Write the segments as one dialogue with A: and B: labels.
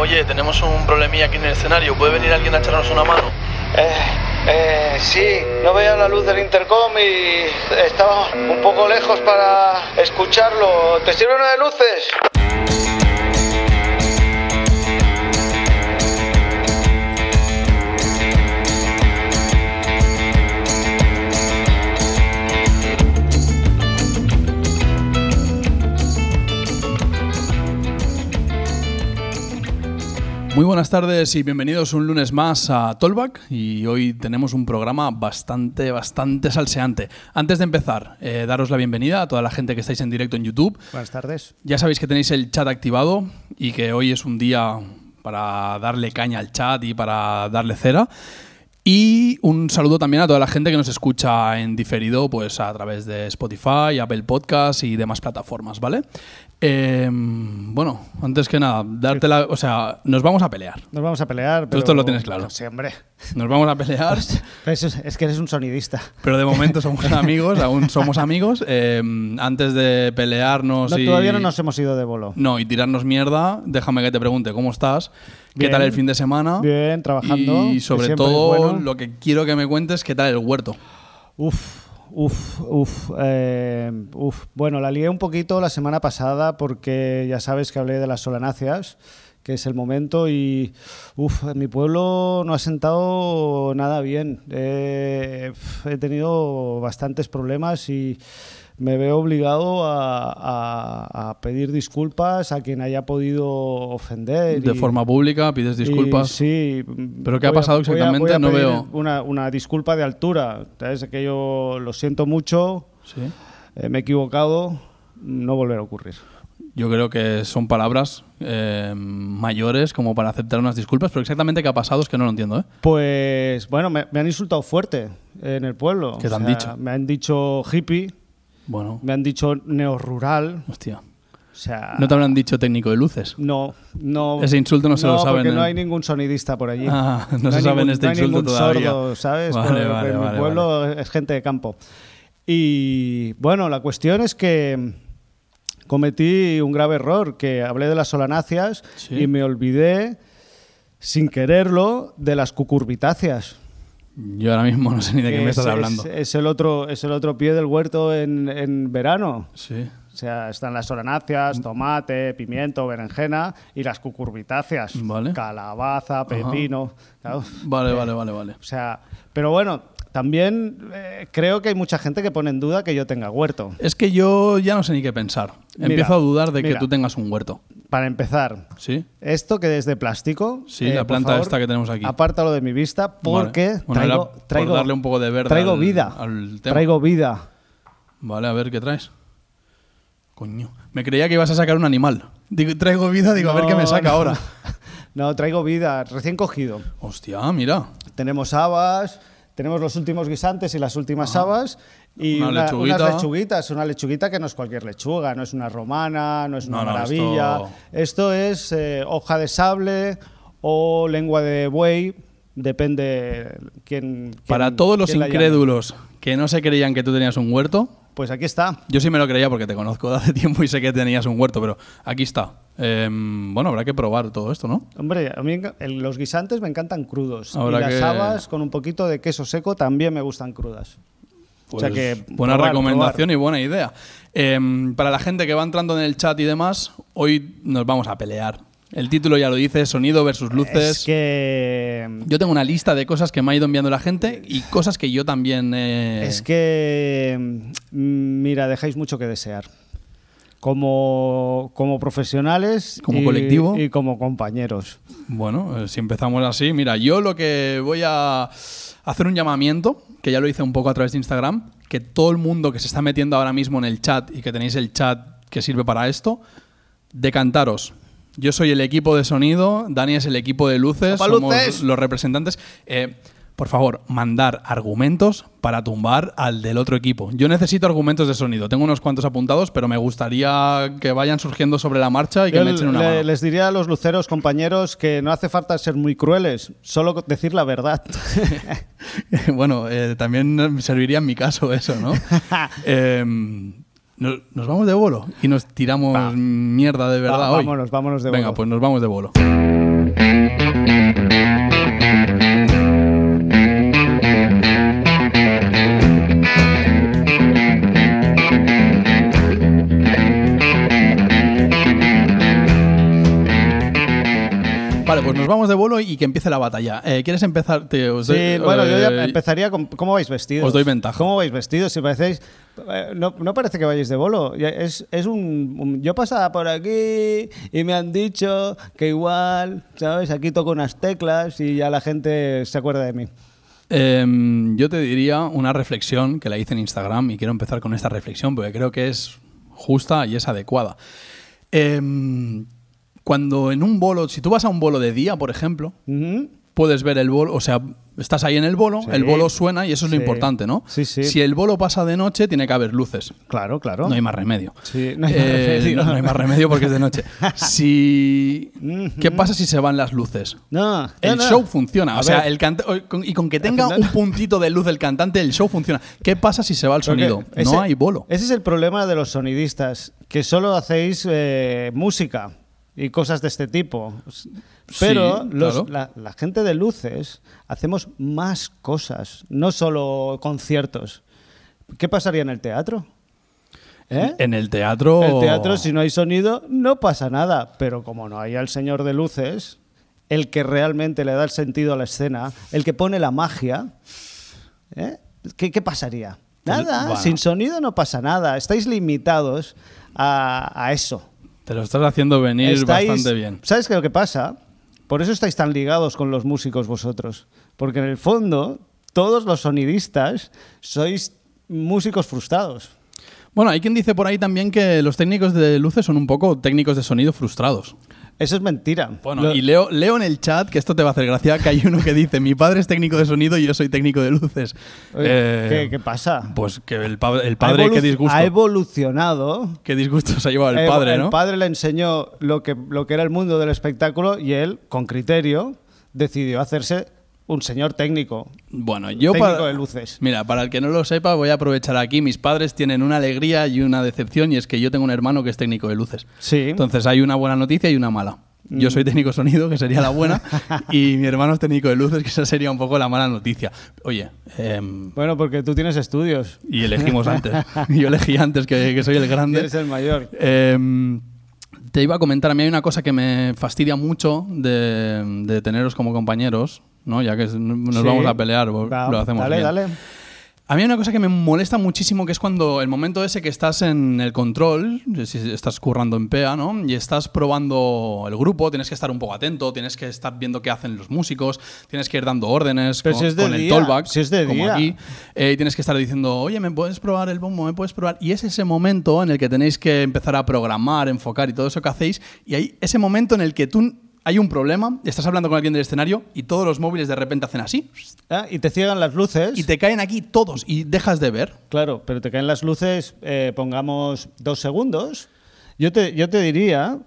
A: Oye, tenemos un problemilla aquí en el escenario. ¿Puede venir alguien a echarnos una mano?
B: Eh, eh, sí, no veía la luz del intercom y estaba un poco lejos para escucharlo. ¿Te sirve una de luces?
A: Muy buenas tardes y bienvenidos un lunes más a Tollback y hoy tenemos un programa bastante, bastante salseante. Antes de empezar, eh, daros la bienvenida a toda la gente que estáis en directo en YouTube.
C: Buenas tardes.
A: Ya sabéis que tenéis el chat activado y que hoy es un día para darle caña al chat y para darle cera. Y un saludo también a toda la gente que nos escucha en diferido, pues a través de Spotify, Apple Podcasts y demás plataformas, ¿vale? Eh, bueno, antes que nada, darte la. O sea, nos vamos a pelear.
C: Nos vamos a pelear. Pero...
A: esto lo tienes claro.
C: Sí, hombre.
A: Nos vamos a pelear,
C: Pero eso es, es que eres un sonidista.
A: pero de momento somos amigos, aún somos amigos. Eh, antes de pelearnos
C: No,
A: y.
C: Todavía no nos hemos ido de bolo.
A: No, y tirarnos mierda, déjame que te pregunte cómo estás, qué
C: Bien.
A: tal el fin de semana.
C: Bien, trabajando,
A: Y
C: que
A: sobre
C: siempre es
A: todo,
C: bueno.
A: lo que quiero que me cuentes, qué tal el huerto.
C: Uf, uf, uf, eh, uf. Bueno, la lié un poquito la semana pasada porque ya sabes que hablé de las solanáceas que es el momento y uf, en mi pueblo no ha sentado nada bien. Eh, pf, he tenido bastantes problemas y me veo obligado a, a- a pedir disculpas a quien haya podido ofender.
A: De
C: Eh, y-
A: forma pública, pides disculpas.
C: y sí.
A: ¿Pero qué ha
C: voy a-
A: pasado
C: voy a-
A: exactamente?
C: voy a
A: No
C: pedir
A: veo.
C: Una, una disculpa de altura. ¿sabes? Que yo lo siento mucho,
A: Sí.
C: eh, me he equivocado, no volverá a ocurrir.
A: Yo creo que son palabras eh, mayores como para aceptar unas disculpas, pero exactamente qué ha pasado es que no lo entiendo, ¿eh?
C: Pues bueno, me, me han insultado fuerte en el pueblo.
A: ¿Qué te
C: O
A: han
C: sea,
A: dicho?
C: Me han dicho hippie,
A: Bueno,
C: me Ah. han dicho neorrural.
A: hostia.
C: O sea,
A: No te habrán dicho técnico de luces.
C: no, no-
A: Ese insulto no se lo saben,
C: Porque
A: ¿eh?
C: no hay ningún sonidista por allí.
A: Ah, no se
C: hay
A: saben
C: ningún-
A: este
C: no hay
A: insulto
C: ningún
A: todavía.
C: sordo, ¿sabes?
A: Vale,
C: Porque
A: vale,
C: en
A: vale,
C: mi pueblo es gente de campo. Y bueno, la cuestión es que cometí un grave error, que hablé de las solanáceas
A: Sí.
C: y me olvidé, sin quererlo, de las cucurbitáceas.
A: Yo ahora mismo no sé ni de qué
C: que
A: me
C: es-
A: estás
C: es-
A: hablando.
C: Es, el otro, es el otro pie del huerto en, en verano.
A: Sí.
C: O sea, están las
A: Mm.
C: solanáceas, tomate, pimiento, berenjena y las cucurbitáceas.
A: Vale.
C: Calabaza, pepino. claro.
A: Vale, vale, vale, vale.
C: O sea, pero bueno, también eh, creo que hay mucha gente que pone en duda que yo tenga huerto.
A: Es que yo ya no sé ni qué pensar.
C: Mira,
A: Empiezo a dudar de que
C: mira.
A: tú tengas un huerto.
C: Para empezar,
A: ¿Sí?
C: esto que es de plástico. eh,
A: Sí, la
C: por
A: planta esta que tenemos aquí.
C: Apártalo de mi vista porque
A: Vale. Bueno,
C: traigo,
A: era por
C: traigo-
A: darle un poco de verde
C: Traigo
A: al-
C: vida.
A: al tema.
C: traigo vida.
A: Vale, a ver qué traes. Coño. Me creía que ibas a sacar un animal. Digo, traigo vida, digo, a ver qué me
C: No,
A: saca
C: no.
A: ahora.
C: No, traigo vida, recién cogido.
A: Hostia, mira.
C: Tenemos habas, tenemos los últimos guisantes y las últimas habas. Y
A: Una
C: una-
A: lechuguita.
C: unas lechuguitas, una lechuguita que no es cualquier lechuga, no es una romana, no es una
A: No, no,
C: maravilla.
A: esto-
C: Esto es eh, hoja de sable o lengua de buey, depende quién. quién-
A: Para todos los
C: quién la llame.
A: incrédulos que no se creían que tú tenías un huerto,
C: Pues aquí está.
A: yo sí me lo creía porque te conozco de hace tiempo y sé que tenías un huerto, pero aquí está. Em, bueno, habrá que probar todo esto, ¿no?
C: Hombre, a mí el- los guisantes me encantan crudos.
A: Habrá
C: y las
A: que-
C: habas con un poquito de queso seco también me gustan crudas. O sea que
A: Pues buena
C: probar,
A: recomendación
C: probar.
A: y buena idea. Em, para la gente que va entrando en el chat y demás, hoy nos vamos a pelear. El título ya lo dice, sonido versus luces.
C: Es que.
A: Yo tengo una lista de cosas que me ha ido enviando la gente y cosas que yo también... eh,
C: Es que, mm, mira, dejáis mucho que desear. Como, como profesionales.
A: Como
C: y-
A: colectivo.
C: Y como compañeros.
A: Bueno, eh, si empezamos así, mira, yo lo que voy a hacer un llamamiento, que ya lo hice un poco a través de Instagram, que todo el mundo que se está metiendo ahora mismo en el chat y que tenéis el chat que sirve para esto, decantaros. Yo soy el equipo de sonido, Dani es el equipo de luces,
C: ¡Opa,
A: somos
C: luces!
A: los representantes. Eh, por favor, mandar argumentos para tumbar al del otro equipo. Yo necesito argumentos de sonido. Tengo unos cuantos apuntados, pero me gustaría que vayan surgiendo sobre la marcha y que
C: Yo
A: me echen una
C: le-
A: mano.
C: Les diría a los luceros, compañeros, que no hace falta ser muy crueles, solo decir la verdad.
A: bueno, eh, también serviría en mi caso eso, ¿no? Em, no- nos vamos de bolo y nos tiramos mierda de verdad
C: Va,
A: hoy.
C: vámonos, vámonos de
A: Venga,
C: bolo.
A: pues nos vamos de bolo. Vale, pues nos vamos de vuelo y que empiece la batalla. Eh, ¿Quieres empezar? Te- os
C: Sí,
A: doy-
C: bueno, yo ya
A: eh,
C: empezaría con cómo vais vestidos.
A: Os doy ventaja.
C: ¿Cómo vais vestidos? Si parecéis. eh, No, no parece que vayáis de bolo. Ya Es, es un, un- Yo pasaba por aquí y me han dicho que igual, ¿sabes? Aquí toco unas teclas y ya la gente se acuerda de mí.
A: Em, yo te diría una reflexión que la hice en Instagram y quiero empezar con esta reflexión porque creo que es justa y es adecuada. Em, cuando en un bolo, si tú vas a un bolo de día, por ejemplo,
C: Ujú.
A: puedes ver el bolo, o sea, estás ahí en el bolo,
C: Sí.
A: el bolo suena y eso es
C: Sí.
A: lo importante, ¿no?
C: Sí, sí.
A: Si el bolo pasa de noche, tiene que haber luces.
C: Claro, claro.
A: No hay más remedio. Eh,
C: Sí, no hay más remedio.
A: no- no hay más remedio porque es de noche. Si, ¿Qué pasa si se van las luces?
C: No,
A: El
C: no, no.
A: show funciona.
C: A
A: o sea,
C: ver,
A: el canta- o- con- y con que tenga
C: final-
A: un puntito de luz del cantante, el show funciona. ¿Qué pasa si se va el
C: Pero
A: sonido?
C: que ese-
A: no hay bolo.
C: Ese es el problema de los sonidistas, que solo hacéis eh, música y cosas de este tipo. Pero
A: Sí,
C: los-
A: claro.
C: la, la gente de luces hacemos más cosas, no solo conciertos. ¿Qué pasaría en el teatro? ¿Eh?
A: En el teatro.
C: El teatro, si no hay sonido, no pasa nada. Pero como no hay al señor de luces, el que realmente le da el sentido a la escena, el que pone la magia, ¿eh? ¿Qué, qué pasaría?
A: Pues,
C: Nada,
A: bueno.
C: sin sonido no pasa nada. Estáis limitados a, a eso.
A: Te lo estás haciendo venir
C: Estáis-
A: bastante bien.
C: ¿Sabes qué lo que pasa? Por eso estáis tan ligados con los músicos vosotros. Porque en el fondo, todos los sonidistas sois músicos frustrados.
A: Bueno, hay quien dice por ahí también que los técnicos de luces son un poco técnicos de sonido frustrados.
C: Eso es mentira.
A: Bueno,
C: Lo-
A: y leo, leo en el chat que esto te va a hacer gracia, que hay uno que dice, mi padre es técnico de sonido y yo soy técnico de luces.
C: Oye,
A: Eh,
C: ¿qué, qué pasa?
A: Pues que el, pa- el
C: Ha
A: padre,
C: evolu-
A: qué disgusto.
C: Ha evolucionado.
A: Qué disgusto se ha llevado el
C: Eh,
A: padre, ¿no?
C: padre le enseñó lo que, lo que era el mundo del espectáculo y él, con criterio, decidió hacerse un señor técnico.
A: Bueno, yo
C: técnico
A: para-
C: de luces.
A: Mira, para el que no lo sepa, voy a aprovechar aquí. Mis padres tienen una alegría y una decepción, y es que yo tengo un hermano que es técnico de luces.
C: Sí. Mm.
A: Entonces hay una buena noticia y una mala. Yo soy técnico de sonido, que sería la buena, y mi hermano es técnico de luces, que esa sería un poco la mala noticia. Oye, em,
C: bueno, porque tú tienes estudios.
A: y elegimos antes. Yo elegí antes que, que soy el grande.
C: Eres el mayor.
A: Em, te iba a comentar, a mí hay una cosa que me fastidia mucho de, de teneros como compañeros, ¿no? Ya que nos
C: Sí.
A: vamos a pelear, lo
C: Va,
A: hacemos
C: Dale,
A: bien.
C: dale.
A: A mí hay una cosa que me molesta muchísimo, que es cuando el momento ese que estás en el control, si estás currando en PEA, ¿no? Y estás probando el grupo, tienes que estar un poco atento, tienes que estar viendo qué hacen los músicos, tienes que ir dando órdenes
C: Pero
A: con,
C: si es de
A: con el
C: día,
A: tollback,
C: si es de
A: como
C: día.
A: aquí. Eh, y tienes que estar diciendo, oye, ¿me puedes probar el bombo? ¿Me puedes probar? Y es ese momento en el que tenéis que empezar a programar, enfocar y todo eso que hacéis. Y hay ese momento en el que tú... Hay un problema, estás hablando con alguien del escenario y todos los móviles de repente hacen así,
C: Ah, y te ciegan las luces.
A: y te caen aquí todos y dejas de ver.
C: Claro, pero te caen las luces, eh, pongamos dos segundos. Yo te, yo te diría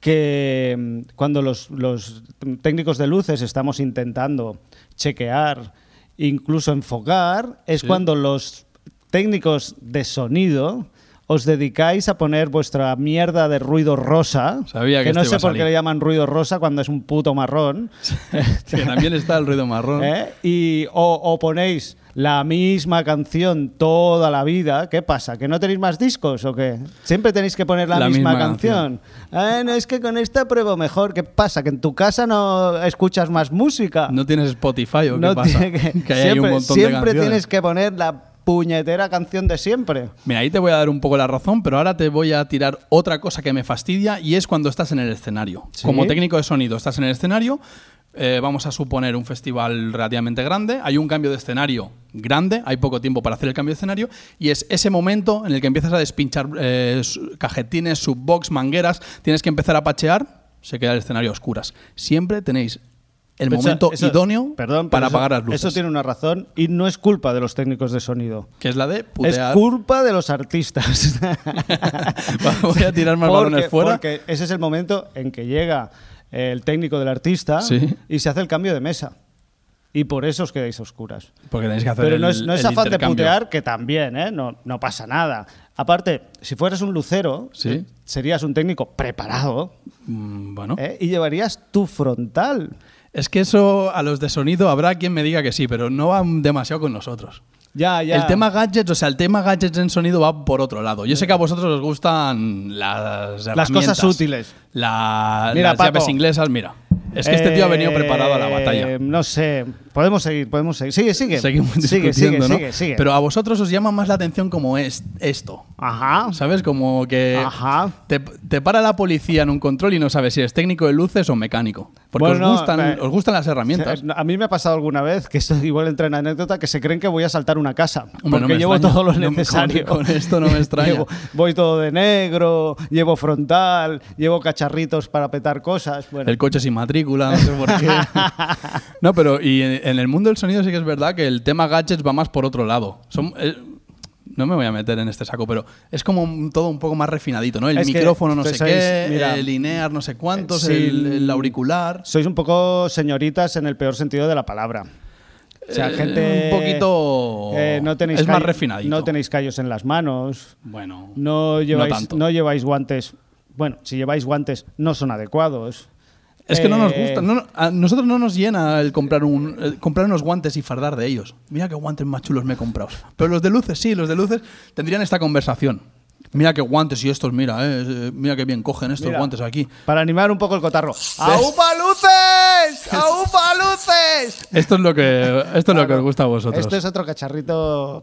C: que mm, cuando los, los técnicos de luces estamos intentando chequear, incluso enfocar, es
A: Sí.
C: cuando los técnicos de sonido os dedicáis a poner vuestra mierda de ruido rosa,
A: Sabía que
C: no
A: esto
C: sé
A: iba a
C: por qué
A: salir.
C: le llaman ruido rosa cuando es un puto marrón.
A: que también está el ruido marrón.
C: ¿Eh? Y, o, o ponéis la misma canción toda la vida. ¿Qué pasa? ¿Que no tenéis más discos o qué? Siempre tenéis que poner la,
A: La
C: misma,
A: misma
C: canción. Ah, no, es que con esta pruebo mejor. ¿Qué pasa? ¿Que en tu casa no escuchas más música?
A: No tienes Spotify o qué
C: No
A: pasa.
C: tiene que-
A: ahí hay
C: siempre
A: un montón de
C: siempre
A: canciones.
C: tienes que poner la puñetera canción de siempre.
A: Mira, ahí te voy a dar un poco la razón, pero ahora te voy a tirar otra cosa que me fastidia y es cuando estás en el escenario.
C: Sí.
A: Como técnico de sonido, estás en el escenario, eh, vamos a suponer un festival relativamente grande, hay un cambio de escenario grande, hay poco tiempo para hacer el cambio de escenario y es ese momento en el que empiezas a despinchar eh, su- cajetines, subbox, mangueras, tienes que empezar a pachear, se queda el escenario a oscuras. Siempre tenéis el
C: Pero eso-
A: momento
C: eso-
A: idóneo
C: perdón,
A: para
C: pero eso-
A: apagar las luces,
C: Eso tiene una razón y no es culpa de los técnicos de sonido.
A: que es la de
C: Es
A: putear.
C: culpa de los artistas.
A: Voy a tirar más balones fuera.
C: Porque ese es el momento en que llega el técnico del artista
A: Sí.
C: y se hace el cambio de mesa. Y por eso os quedáis a oscuras.
A: Porque tenéis que hacer
C: Pero no
A: el-
C: es, no es
A: el
C: afán de
A: intercambio.
C: putear, que también, ¿eh? no, no pasa nada. Aparte, si fueras un lucero, eh,
A: Sí.
C: serías un técnico preparado
A: Mm, Bueno,
C: ¿eh? y llevarías tu frontal.
A: Es que eso a los de sonido habrá quien me diga que sí, pero no van demasiado con nosotros.
C: Ya, ya.
A: El tema gadgets, o sea, el tema gadgets en sonido va por otro lado. Yo sé que a vosotros os gustan las herramientas,
C: cosas útiles.
A: la-
C: Mira,
A: las llaves
C: Paco.
A: inglesas, mira. Es que este tío ha venido
C: Eh,
A: preparado a la batalla.
C: No sé, podemos seguir, podemos seguir. Sigue, sigue.
A: Seguimos
C: sigue, sigue,
A: discutiendo, ¿no?
C: sigue, sigue.
A: Pero a vosotros os llama más la atención como es esto.
C: Ajá.
A: ¿Sabes? Como que
C: Ajá.
A: Te, te para la policía en un control y no sabes si es técnico de luces o mecánico. Porque
C: Bueno,
A: os, gustan,
C: eh,
A: os gustan las herramientas.
C: A mí me ha pasado alguna vez, que esto igual entra en anécdota, que se creen que voy a saltar una casa.
A: Hombre, no
C: porque
A: me
C: llevo
A: extraña.
C: todo lo
A: No me- con-
C: necesario.
A: Con, esto no me extraña.
C: Llevo- voy todo de negro, llevo frontal, llevo cacharritos para petar cosas. Bueno,
A: El coche sin matrícula, no sé por qué. no, pero y en, en el mundo del sonido sí que es verdad que el tema gadgets va más por otro lado. Son- eh, no me voy a meter en este saco, pero es como un- todo un poco más refinadito, ¿no? El
C: Es que,
A: micrófono no sé
C: pues, ¿sabéis?
A: qué,
C: Mira,
A: el linear no sé cuántos,
C: sí.
A: el, el auricular.
C: sois un poco señoritas en el peor sentido de la palabra. O sea,
A: Eh,
C: gente.
A: un poquito-
C: eh, no tenéis
A: es más
C: callo-
A: refinadito.
C: No tenéis callos en las manos.
A: Bueno,
C: No lleváis,
A: tanto.
C: no, lleváis guantes. Bueno, si lleváis guantes, no son adecuados.
A: es que no nos
C: Eh,
A: gusta. no- a nosotros no nos llena el comprar, un, eh, comprar unos guantes y fardar de ellos. Mira qué guantes más chulos me he comprado. Pero los de luces, sí, los de luces tendrían esta conversación. Mira qué guantes y estos, mira, eh, eh, mira qué bien cogen estos
C: Mira,
A: guantes aquí.
C: Para animar un poco el cotarro.
B: ¡Aupa luces! ¡Aupa luces!
A: Esto es lo que, esto es lo que os gusta a vosotros.
C: Esto Este es otro cacharrito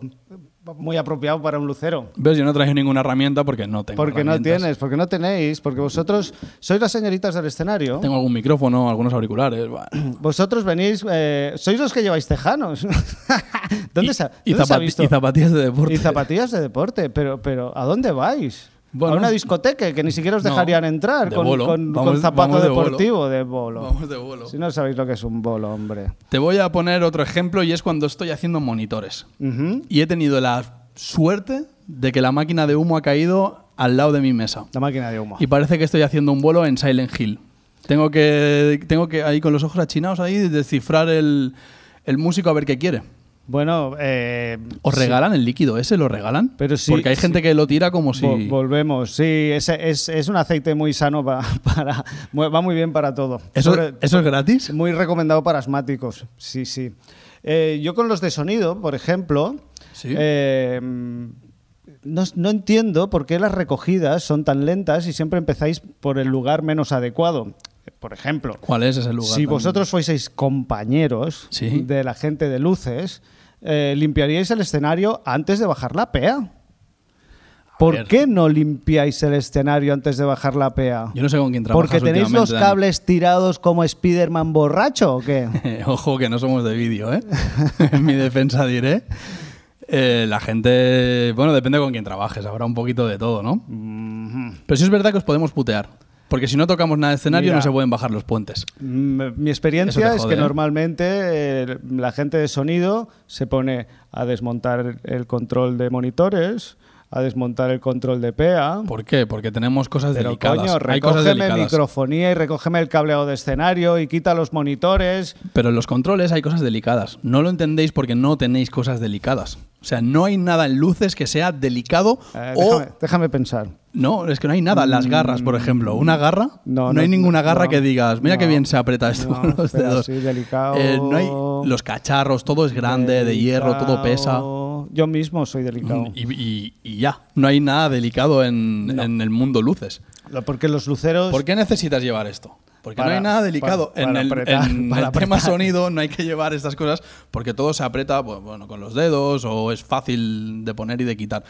C: muy apropiado para un lucero.
A: ¿Ves? Yo no traje ninguna herramienta porque no tengo.
C: Porque no
A: herramientas.
C: tienes, porque no tenéis, porque vosotros sois las señoritas del escenario.
A: Tengo algún micrófono, algunos auriculares. buah.
C: Vosotros venís, eh, sois los que lleváis tejanos. ¿Dónde,
A: Y-
C: se ha-
A: y,
C: dónde se ha
A: zapati-
C: visto?
A: y zapatillas de deporte.
C: Y zapatillas de deporte, pero, pero ¿a dónde vais?
A: Bueno,
C: a una discoteca que ni siquiera os
A: no,
C: dejarían entrar
A: de
C: con,
A: bolo.
C: con- con
A: Vamos-
C: zapato
A: vamos de bolo.
C: deportivo de bolo.
A: Vamos de vuelo.
C: Si no sabéis lo que es un bolo, hombre.
A: Te voy a poner otro ejemplo y es cuando estoy haciendo monitores.
C: Ujú.
A: y he tenido la suerte de que la máquina de humo ha caído al lado de mi mesa.
C: La máquina de humo.
A: Y parece que estoy haciendo un vuelo en Silent Hill. Tengo que, tengo que ahí con los ojos achinados ahí descifrar el, el músico a ver qué quiere.
C: Bueno, eh,
A: ¿Os
C: sí.
A: regalan el líquido ese? ¿Lo regalan?
C: Pero sí,
A: Porque hay
C: sí.
A: gente que lo tira como si...
C: Vol- volvemos, sí, es, es, es un aceite muy sano pa- para, va muy bien para todo.
A: ¿Eso,
C: Sobre-
A: ¿Eso es gratis?
C: Muy recomendado para asmáticos, sí, sí. Eh, yo con los de sonido, por ejemplo,
A: Sí.
C: eh, no, no entiendo por qué las recogidas son tan lentas y siempre empezáis por el lugar menos adecuado. Por ejemplo,
A: ¿Cuál es ese lugar?
C: si
A: tan-
C: vosotros fueseis compañeros
A: Sí.
C: de la gente de luces, eh, limpiaríais el escenario antes de bajar la PEA. ¿Por
A: ver.
C: qué no limpiáis el escenario antes de bajar la PEA?
A: Yo no sé con quién trabajas
C: ¿Porque tenéis los
A: últimamente, Dani.
C: cables tirados como Spiderman borracho o qué?
A: Ojo que no somos de vídeo, ¿eh? en mi defensa diré. Eh, la gente, bueno, depende con quién trabajes, habrá un poquito de todo, ¿no? Pero sí es verdad que os podemos putear, porque si no tocamos nada de escenario
C: Mira.
A: no se pueden bajar los puentes.
C: Mm,
A: Eso
C: Mi experiencia
A: te
C: es
A: jode,
C: que
A: ¿eh?
C: normalmente eh, la gente de sonido se pone a desmontar el control de monitores, a desmontar el control de PEA.
A: ¿Por qué? Porque tenemos cosas
C: Pero
A: delicadas.
C: coño,
A: Hay cosas
C: recógeme
A: delicadas.
C: microfonía y recógeme el cableado de escenario y quita los monitores.
A: Pero en los controles hay cosas delicadas. No lo entendéis porque no tenéis cosas delicadas. O sea, no hay nada en luces que sea delicado
C: Eh,
A: o
C: déjame, déjame pensar.
A: No, es que no hay nada. Las garras, por ejemplo. Una garra.
C: Mm. No,
A: No,
C: no,
A: hay ninguna garra
C: no,
A: que digas, mira qué
C: no,
A: bien se aprieta esto
C: no,
A: con los
C: pero
A: dedos.
C: sí, delicado.
A: Eh, no hay, los cacharros, todo es grande, de hierro, todo pesa. Mm,
C: Delicado. Yo mismo soy delicado.
A: Y, y- y ya, no hay nada delicado en, en el mundo luces.
C: Lo- Porque los luceros.
A: ¿Por qué necesitas llevar esto? Porque no
C: Para-
A: hay nada delicado.
C: para- para
A: en el,
C: apretar,
A: en
C: para
A: el tema
C: apretar.
A: sonido no hay que llevar estas cosas porque todo se aprieta pues, bueno, con los dedos o es fácil de poner y de quitar.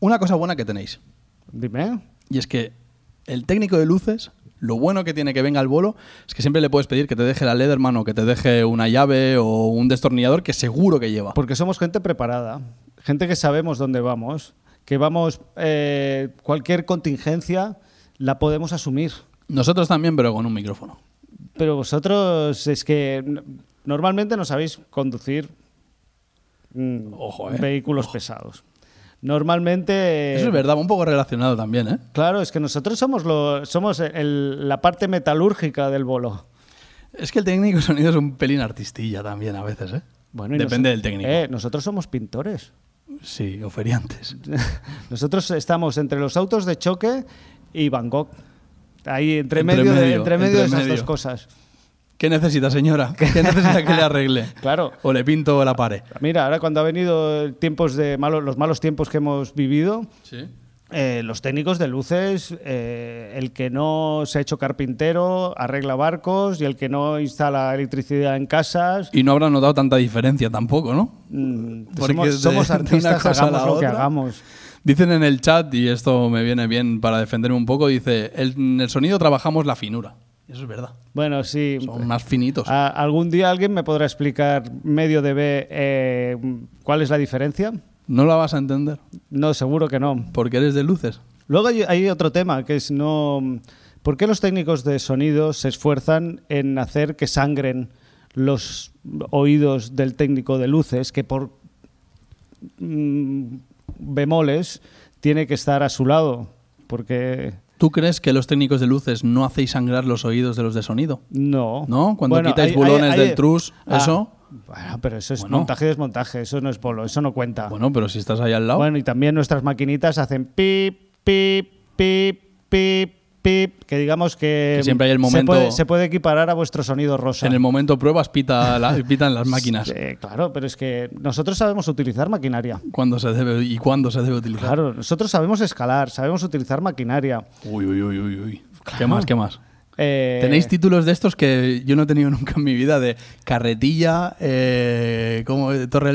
A: Una cosa buena que tenéis,
C: Dime.
A: Y es que el técnico de luces, lo bueno que tiene que venga al bolo es que siempre le puedes pedir que te deje la Leatherman o que te deje una llave o un destornillador que seguro que lleva.
C: Porque somos gente preparada, gente que sabemos dónde vamos, que vamos. eh, cualquier contingencia la podemos asumir.
A: Nosotros también, pero con un micrófono.
C: Pero vosotros es que n- normalmente no sabéis conducir mm,
A: Ojo, eh.
C: vehículos pesados. Normalmente.
A: Eso es verdad, va un poco relacionado también, ¿eh?
C: Claro, es que nosotros somos, lo, somos el- la parte metalúrgica del bolo.
A: Es que el técnico de sonido es un pelín artistilla también a veces, ¿eh?
C: y
A: Depende
C: noso-
A: del técnico.
C: Eh, nosotros somos pintores.
A: Sí, o feriantes.
C: Nosotros estamos entre los autos de choque y Bangkok. Ahí entre,
A: Entre
C: medio, de,
A: medio,
C: entre medio de
A: entre
C: esas
A: medio.
C: dos cosas.
A: ¿Qué necesita, señora? ¿Qué necesita que le arregle?
C: Claro.
A: O le pinto o la pare.
C: Mira, ahora cuando ha venido el tiempos de malos, los malos tiempos que hemos vivido,
A: Sí.
C: eh, los técnicos de luces, eh, el que no se ha hecho carpintero, arregla barcos y el que no instala electricidad en casas.
A: Y no habrá notado tanta diferencia tampoco, ¿no?
C: Mm,
A: Porque
C: somos,
A: de-
C: somos
A: de una
C: artistas,
A: cosa a la
C: hagamos lo que
A: otra.
C: hagamos.
A: Dicen en el chat, y esto me viene bien para defenderme un poco, dice, "El- en el sonido trabajamos la finura. Y Eso es verdad.
C: Bueno, sí. eh,
A: Son más finitos.
C: A- ¿Algún día alguien me podrá explicar medio dB eh, cuál es la diferencia?
A: No la vas a entender,
C: No, seguro que no.
A: porque eres de luces.
C: Luego hay, hay otro tema que es no. ¿Por qué los técnicos de sonido se esfuerzan en hacer que sangren los oídos del técnico de luces que por mm, bemoles tiene que estar a su lado? Porque
A: ¿Tú crees que los técnicos de luces no hacéis sangrar los oídos de los de sonido?
C: no.
A: ¿No? Cuando
C: Bueno,
A: quitáis
C: hay-
A: bulones
C: hay- hay-
A: del trus,
C: Ah,
A: eso.
C: Bueno, pero eso es
A: Bueno.
C: montaje y desmontaje, eso no es bolo, eso no cuenta.
A: Bueno, pero si estás ahí al lado.
C: Bueno, y también nuestras maquinitas hacen pip, pip, pip, pip, pip, que digamos que,
A: Que siempre hay el momento-
C: se puede, se puede equiparar a vuestro sonido rosa.
A: en el momento pruebas pita la- pitan las máquinas.
C: Eh, claro, pero es que nosotros sabemos utilizar maquinaria.
A: ¿Cuándo se debe y cuándo se debe utilizar?
C: Claro, nosotros sabemos escalar, sabemos utilizar maquinaria.
A: Uy, uy, uy, uy, uy. ¿Qué más? ¿Qué más?
C: Eh,
A: Tenéis títulos de estos que yo no he tenido nunca en mi vida, de carretilla, eh, ¿cómo? torre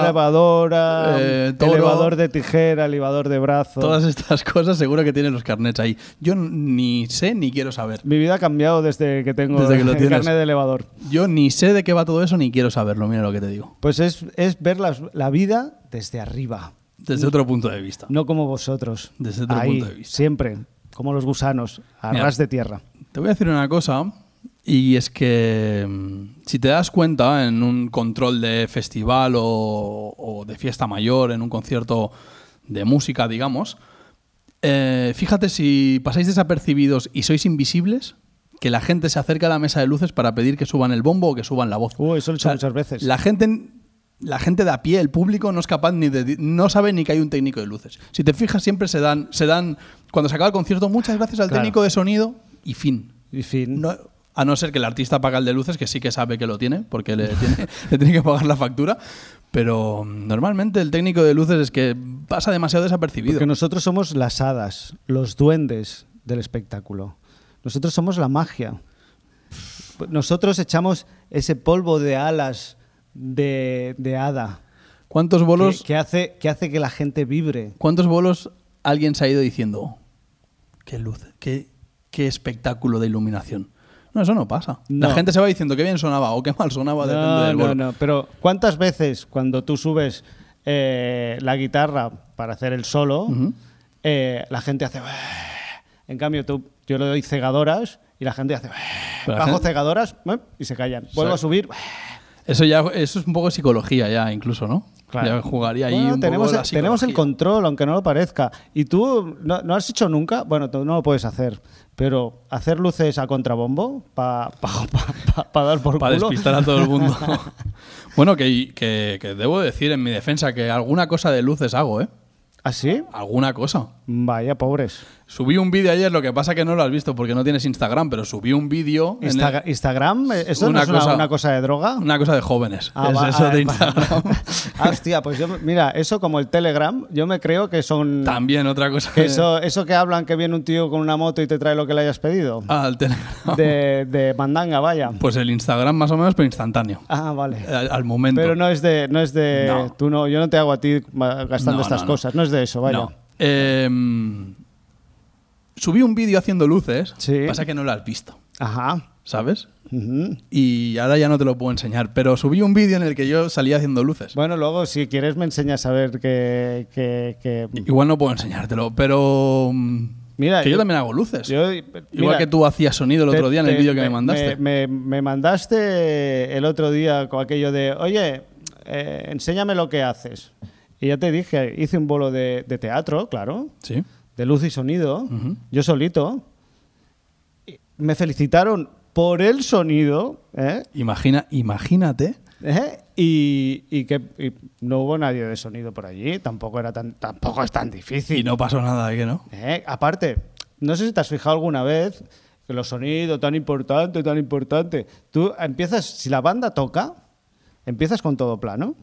A: elevadora,
C: elevadora,
A: eh, toro.
C: elevador de tijera, elevador de brazo.
A: todas estas cosas, seguro que tienen los carnets ahí. Yo ni sé ni quiero saber.
C: Mi vida ha cambiado desde que tengo
A: Desde que lo
C: el
A: tienes.
C: carnet de elevador.
A: Yo ni sé de qué va todo eso ni quiero saberlo, mira lo que te digo.
C: Pues es, es ver las- la vida desde arriba.
A: Desde otro punto de vista.
C: No como vosotros.
A: Desde otro
C: Ahí,
A: punto de vista.
C: Siempre, como los gusanos, a
A: Mira.
C: ras de tierra.
A: Te voy a decir una cosa, y es que mm, si te das cuenta en un control de festival o, o de fiesta mayor, en un concierto de música, digamos, eh, fíjate si pasáis desapercibidos y sois invisibles, que la gente se acerca a la mesa de luces para pedir que suban el bombo o que suban la voz.
C: Uh, eso lo he hecho muchas veces.
A: La gente, la gente de a pie, el público, no es capaz ni de. no sabe ni que hay un técnico de luces. Si te fijas, siempre se dan. Se dan cuando se acaba el concierto, muchas gracias al
C: Claro.
A: técnico de sonido y fin.
C: Y fin.
A: No- a no ser que el artista paga el de luces, que sí que sabe que lo tiene, porque le tiene, le tiene que pagar la factura. Pero mm, normalmente el técnico de luces es que pasa demasiado desapercibido.
C: Porque nosotros somos las hadas, los duendes del espectáculo. Nosotros somos la magia. Nosotros echamos ese polvo de alas de, de hada
A: ¿Cuántos bolos,
C: que, que hace, que hace que la gente vibre.
A: ¿Cuántos bolos alguien se ha ido diciendo? "Oh, qué luz, qué, qué espectáculo de iluminación. No, eso no pasa.
C: No.
A: La gente se va diciendo qué bien sonaba o qué mal sonaba, depende
C: No,
A: del
C: no,
A: bolo.
C: no, pero ¿cuántas veces cuando tú subes eh, la guitarra para hacer el solo,
A: Ujú.
C: eh, la gente hace... En cambio, tú, yo le doy cegadoras y la gente hace...
A: Pero la
C: Bajo
A: gente-
C: cegadoras y se callan. Vuelvo a
A: Exacto.
C: subir.
A: Eso ya eso es un poco psicología ya, incluso, ¿no?
C: Claro.
A: Ya jugaría ahí
C: Bueno,
A: un
C: tenemos,
A: poco la
C: el, tenemos el
A: psicología.
C: control, aunque no lo parezca. Y tú no, no has hecho nunca, bueno, tú no lo puedes hacer, pero hacer luces a contrabombo para dar por
A: Para
C: culo.
A: despistar a todo el mundo. bueno, que, que- que debo decir en mi defensa que alguna cosa de luces hago, ¿eh?
C: ¿Así?
A: Alguna cosa.
C: ¿Ah, Vaya, pobres.
A: Subí un vídeo ayer, lo que pasa que no lo has visto porque no tienes Instagram, pero subí un vídeo. en el-
C: Insta- ¿Instagram? ¿eh? ¿Eso
A: Una
C: no es una
A: cosa-
C: una cosa de droga?
A: Una cosa de jóvenes.
C: Ah,
A: es
C: va-
A: eso
C: ah,
A: de
C: va-
A: Instagram.
C: Ah, Hostia, pues yo, mira, eso como el Telegram, yo me creo que son...
A: También otra cosa.
C: que eso, eso que hablan que viene un tío con una moto y te trae lo que le hayas pedido.
A: Ah, el Telegram.
C: De, de mandanga, vaya.
A: Pues el Instagram más o menos, pero instantáneo.
C: Ah, vale.
A: Al, al momento.
C: Pero no es de... No es de
A: No.
C: Tú no, yo no te hago a ti ma- gastando
A: No,
C: estas
A: no, no.
C: cosas, no es de eso, vaya.
A: No. Em, subí un vídeo haciendo luces.
C: Sí.
A: Pasa que no lo has visto,
C: Ajá.
A: ¿sabes?
C: Ujú.
A: Y ahora ya no te lo puedo enseñar. Pero subí un vídeo en el que yo salía haciendo luces.
C: Bueno, luego si quieres me enseñas a ver que... que- que-
A: Igual no puedo enseñártelo, pero. mm,
C: Mira,
A: que yo,
C: yo-
A: también hago luces.
C: yo-
A: Igual
C: mira,
A: que tú hacías sonido el otro
C: Te-
A: día en el
C: te-
A: vídeo que me mandaste.
C: Me, me mandaste el otro día con aquello de, oye, eh, enséñame lo que haces. Y ya te dije, hice un bolo de, de teatro, claro,
A: Sí.
C: de luz y sonido,
A: Ujú.
C: yo solito. Y me felicitaron por el sonido, ¿eh?
A: Imagina, imagínate.
C: ¿Eh? Y, y que y no hubo nadie de sonido por allí, tampoco, era tan, tampoco es tan difícil.
A: Y no pasó nada, ¿eh? que no?
C: Eh, Aparte, no sé si te has fijado alguna vez que los sonidos tan importante, tan importante. Tú empiezas, si la banda toca, empiezas con todo plano.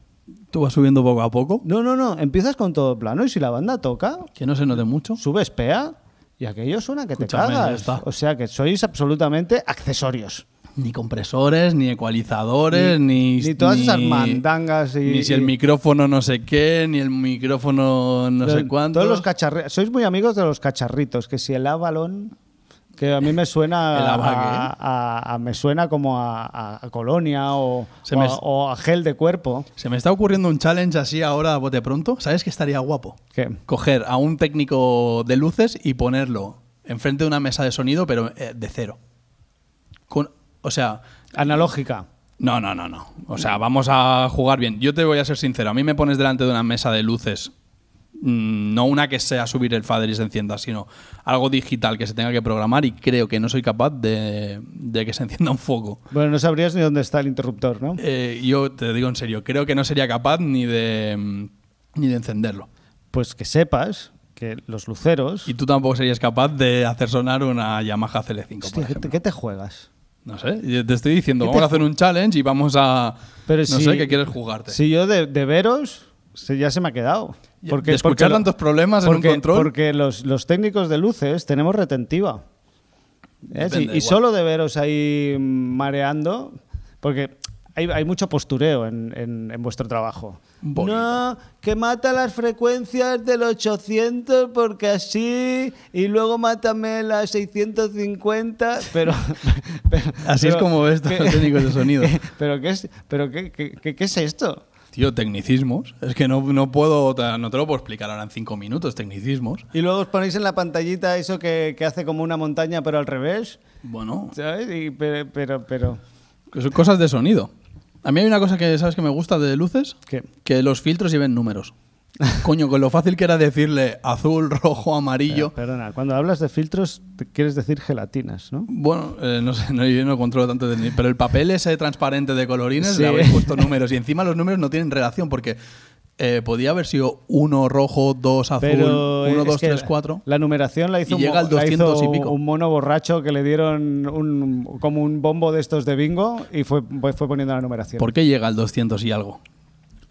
A: Tú vas subiendo poco a poco,
C: No, no, no, empiezas con todo plano y si la banda toca,
A: que no se note mucho.
C: subes PEA y aquello suena que
A: Escúchame,
C: te
A: ya
C: cagas.
A: está.
C: O sea que sois absolutamente accesorios.
A: Ni compresores, ni ecualizadores, ni...
C: ni todas esas mandangas y-
A: Ni si el
C: y-
A: micrófono no sé qué, ni el micrófono no
C: Pero
A: sé cuánto.
C: Todos los cacharri- Sois muy amigos de los cacharritos, que si el avalón, que a mí me suena
A: El
C: a,
A: Abac, ¿eh?
C: a- a- me suena como a, a- a colonia o,
A: Se
C: o
A: me-
C: a, o a gel de cuerpo.
A: Se me está ocurriendo un challenge así ahora a bote pronto. ¿Sabes que estaría guapo?
C: ¿Qué?
A: Coger a un técnico de luces y ponerlo enfrente de una mesa de sonido, pero eh, de cero. Con, o sea,
C: Analógica.
A: no, no, no, no. O sea, vamos a jugar bien. Yo te voy a ser sincero. A mí me pones delante de una mesa de luces. mm, No una que sea subir el fader y se encienda, sino algo digital que se tenga que programar y creo que no soy capaz de, de que se encienda un foco.
C: Bueno, no sabrías ni dónde está el interruptor, ¿no?
A: Eh, yo te digo en serio, creo que no sería capaz ni de mm, ni de encenderlo.
C: Pues que sepas que los luceros.
A: Y tú tampoco serías capaz de hacer sonar una Yamaha CL5, por
C: Hostia, ¿qué, te,
A: ejemplo.
C: qué te juegas?
A: No sé, yo te estoy diciendo,
C: ¿Qué te
A: vamos a hacer un challenge y vamos a...
C: Pero
A: no
C: si-
A: sé, ¿qué quieres jugarte?
C: Si yo de, de veros, se- ya se me ha quedado.
A: Ya, de escuchar
C: lo-
A: tantos problemas en un
C: porque,
A: control.
C: Porque los, los técnicos de luces tenemos retentiva. ¿Eh?
A: Depende,
C: Sí, y
A: igual.
C: solo de veros ahí mm, mareando, porque hay, hay mucho postureo en, en- en vuestro trabajo.
A: Un poquito.
C: No, que mata las frecuencias del 800 porque así, y luego mátame las 650, pero... pero-
A: Así es
C: pero-
A: como ves todos
C: que-
A: los técnicos de sonido.
C: ¿Pero qué es, pero qué, qué- qué- qué es esto?
A: Tío, tecnicismos. Es que no, no puedo, no te lo puedo explicar ahora en cinco minutos, tecnicismos.
C: Y luego os ponéis en la pantallita eso que, que hace como una montaña, pero al revés.
A: Bueno,
C: ¿Sabes? Y pero, pero, pero.
A: que son cosas de sonido. A mí hay una cosa que, ¿sabes que me gusta de luces?
C: ¿Qué?
A: Que los filtros lleven números. Coño, con lo fácil que era decirle azul, rojo, amarillo.
C: Perdona, cuando hablas de filtros te quieres decir gelatinas, ¿no?
A: Bueno, eh, no sé, no, yo no controlo tanto, de- pero el papel ese transparente de colorines
C: Sí.
A: le habéis puesto números y encima los números no tienen relación porque eh, podía haber sido uno rojo, dos azul,
C: Pero
A: uno,
C: es
A: dos,
C: que
A: tres, cuatro.
C: La numeración la hizo,
A: Y
C: un,
A: llega al
C: mo- la
A: 200
C: hizo
A: y pico.
C: un mono borracho que le dieron un- como un bombo de estos de bingo y fue, fue- fue poniendo la numeración.
A: ¿Por qué llega al 200 y algo?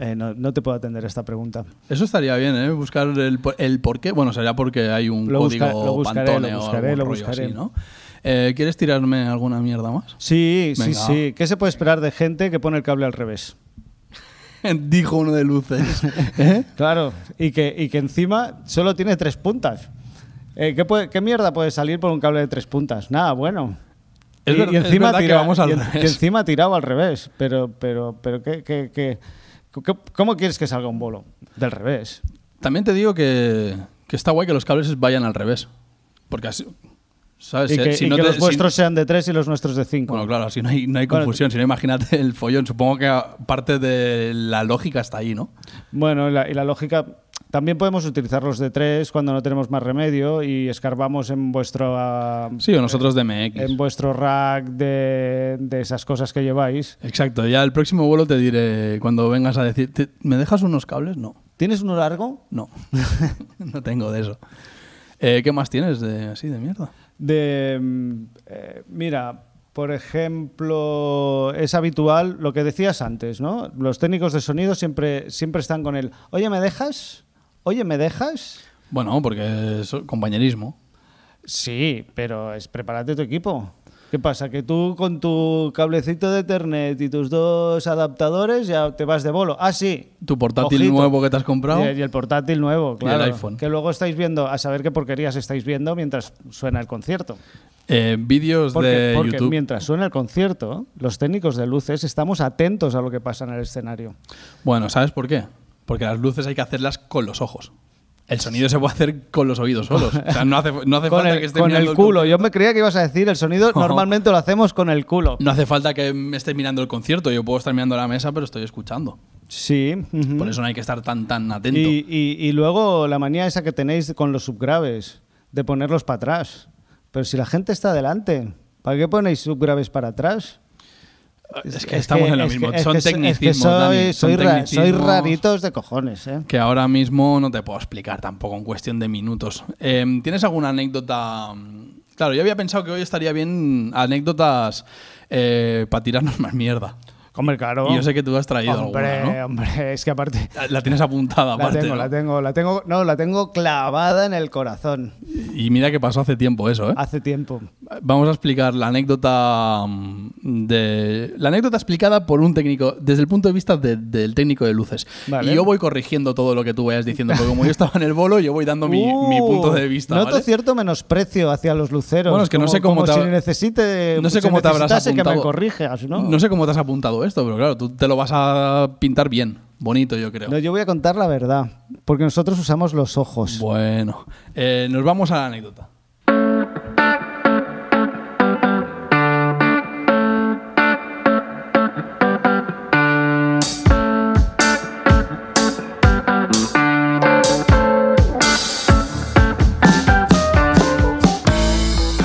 C: Eh, no, no te puedo atender esta pregunta.
A: Eso estaría bien, ¿eh? Buscar el, por- el por qué. Bueno, sería porque hay un
C: Lo
A: código
C: busca- lo buscaré,
A: Pantone
C: lo
A: o
C: buscaré,
A: algún
C: lo
A: rollo
C: buscaré.
A: así, ¿no? Eh, ¿Quieres tirarme alguna mierda más?
C: Sí, sí,
A: Venga.
C: sí. ¿Qué se puede esperar de gente que pone el cable al revés?
A: Dijo uno de luces. ¿Eh?
C: Claro, y que, y que encima solo tiene tres puntas. Eh, ¿qué, puede- qué mierda puede salir por un cable de tres puntas? Nada, bueno.
A: Es
C: y,
A: ver-
C: y
A: es
C: encima
A: verdad que
C: tira-
A: vamos al
C: y en-
A: revés.
C: y encima tirado al revés. Pero, pero, pero ¿qué, qué- qué- qué- cómo quieres que salga un bolo? Del revés.
A: También te digo que, que está guay que los cables vayan al revés. Porque así. ¿Sabes?
C: Y que, y que
A: te-
C: los
A: Pues, eh, si-
C: vuestros sean de tres y los nuestros de cinco.
A: Bueno, claro, así no hay, no hay
C: Bueno,
A: confusión. Si no, imagínate el follón. Supongo que a- parte de la lógica está ahí, ¿no?
C: Bueno, y la, y la lógica. También podemos utilizar los de tres cuando no tenemos más remedio y escarbamos en vuestro ah,
A: Sí, o nosotros de MX.
C: en vuestro rack de, de esas cosas que lleváis.
A: Exacto, ya el próximo vuelo te diré cuando vengas a decir, "Te- ¿me dejas unos cables? No,
C: ¿Tienes uno largo?
A: no, no tengo de eso. Eh, ¿Qué más tienes de así de mierda?
C: De, mm, eh, mira, por ejemplo, es habitual lo que decías antes, ¿no? Los técnicos de sonido siempre, siempre están con el, oye, ¿me dejas? Oye, ¿me dejas?
A: Bueno, porque es compañerismo.
C: Sí, pero es prepárate tu equipo. ¿Qué pasa? Que tú con tu cablecito de Ethernet y tus dos adaptadores ya te vas de bolo. Ah, sí.
A: Tu portátil
C: Ojito.
A: nuevo que te has comprado.
C: Y el- y el portátil nuevo, claro.
A: iPhone.
C: Que luego estáis viendo, a saber qué porquerías estáis viendo mientras suena el concierto.
A: eh, Vídeos
C: Porque,
A: de
C: porque
A: YouTube.
C: mientras suena el concierto, los técnicos de luces estamos atentos a lo que pasa en el escenario.
A: Bueno, ¿sabes por qué? Porque las luces hay que hacerlas con los ojos. El sonido se puede hacer con los oídos solos. O sea, no hace, no hace
C: Con
A: falta que
C: el,
A: esté
C: con
A: mirando
C: el culo.
A: concierto.
C: Yo me creía que ibas a decir el sonido.
A: No.
C: Normalmente lo hacemos con el culo.
A: No hace falta que me esté mirando el concierto. Yo puedo estar mirando la mesa, pero estoy escuchando.
C: Sí. ujú.
A: Por eso no hay que estar tan, tan atento.
C: Mm. y, y- y luego la manía esa que tenéis con los subgraves, de ponerlos para atrás. Pero si la gente está delante, ¿para qué ponéis subgraves para atrás?
A: Es que estamos en lo
C: es
A: mismo.
C: que- es
A: son
C: que so- es que
A: tecnicismos,
C: soy-
A: Dani, son
C: soy ra- soy
A: tecnicismos
C: raritos de cojones, ¿eh?
A: Que ahora mismo no te puedo explicar tampoco en cuestión de minutos. Eh, ¿Tienes alguna Em, anécdota mm, Claro, yo había pensado que hoy estaría bien anécdotas eh, para tirarnos más mierda.
C: Hombre, claro.
A: Y yo sé que tú has traído
C: hombre,
A: alguna, ¿no?
C: hombre, es que aparte.
A: La- La tienes apuntada,
C: La
A: aparte.
C: tengo,
A: ¿no?
C: la tengo, la tengo. No, la tengo clavada en el corazón.
A: Y mira que pasó hace tiempo eso, ¿eh?
C: Hace tiempo.
A: Vamos a explicar la anécdota mm, de. La anécdota explicada por un técnico, desde el punto de vista de- del técnico de luces.
C: Vale.
A: Y yo voy corrigiendo todo lo que tú vayas diciendo, porque como yo estaba en el bolo, yo voy dando mi, mi
C: Uh,
A: punto de vista.
C: Noto
A: ¿vale?
C: cierto menosprecio hacia los luceros.
A: Bueno, es que no
C: como-
A: sé cómo
C: como
A: te ha-
C: si necesite.
A: No sé
C: si
A: cómo te habrás
C: Eh, necesitase
A: apuntado.
C: que me corrijas, ¿no?
A: sé cómo te has apuntado esto, pero claro, tú te lo vas a pintar bien, bonito, yo creo.
C: No, yo voy a contar la verdad. Porque nosotros usamos los ojos.
A: Bueno, eh, nos vamos a la anécdota.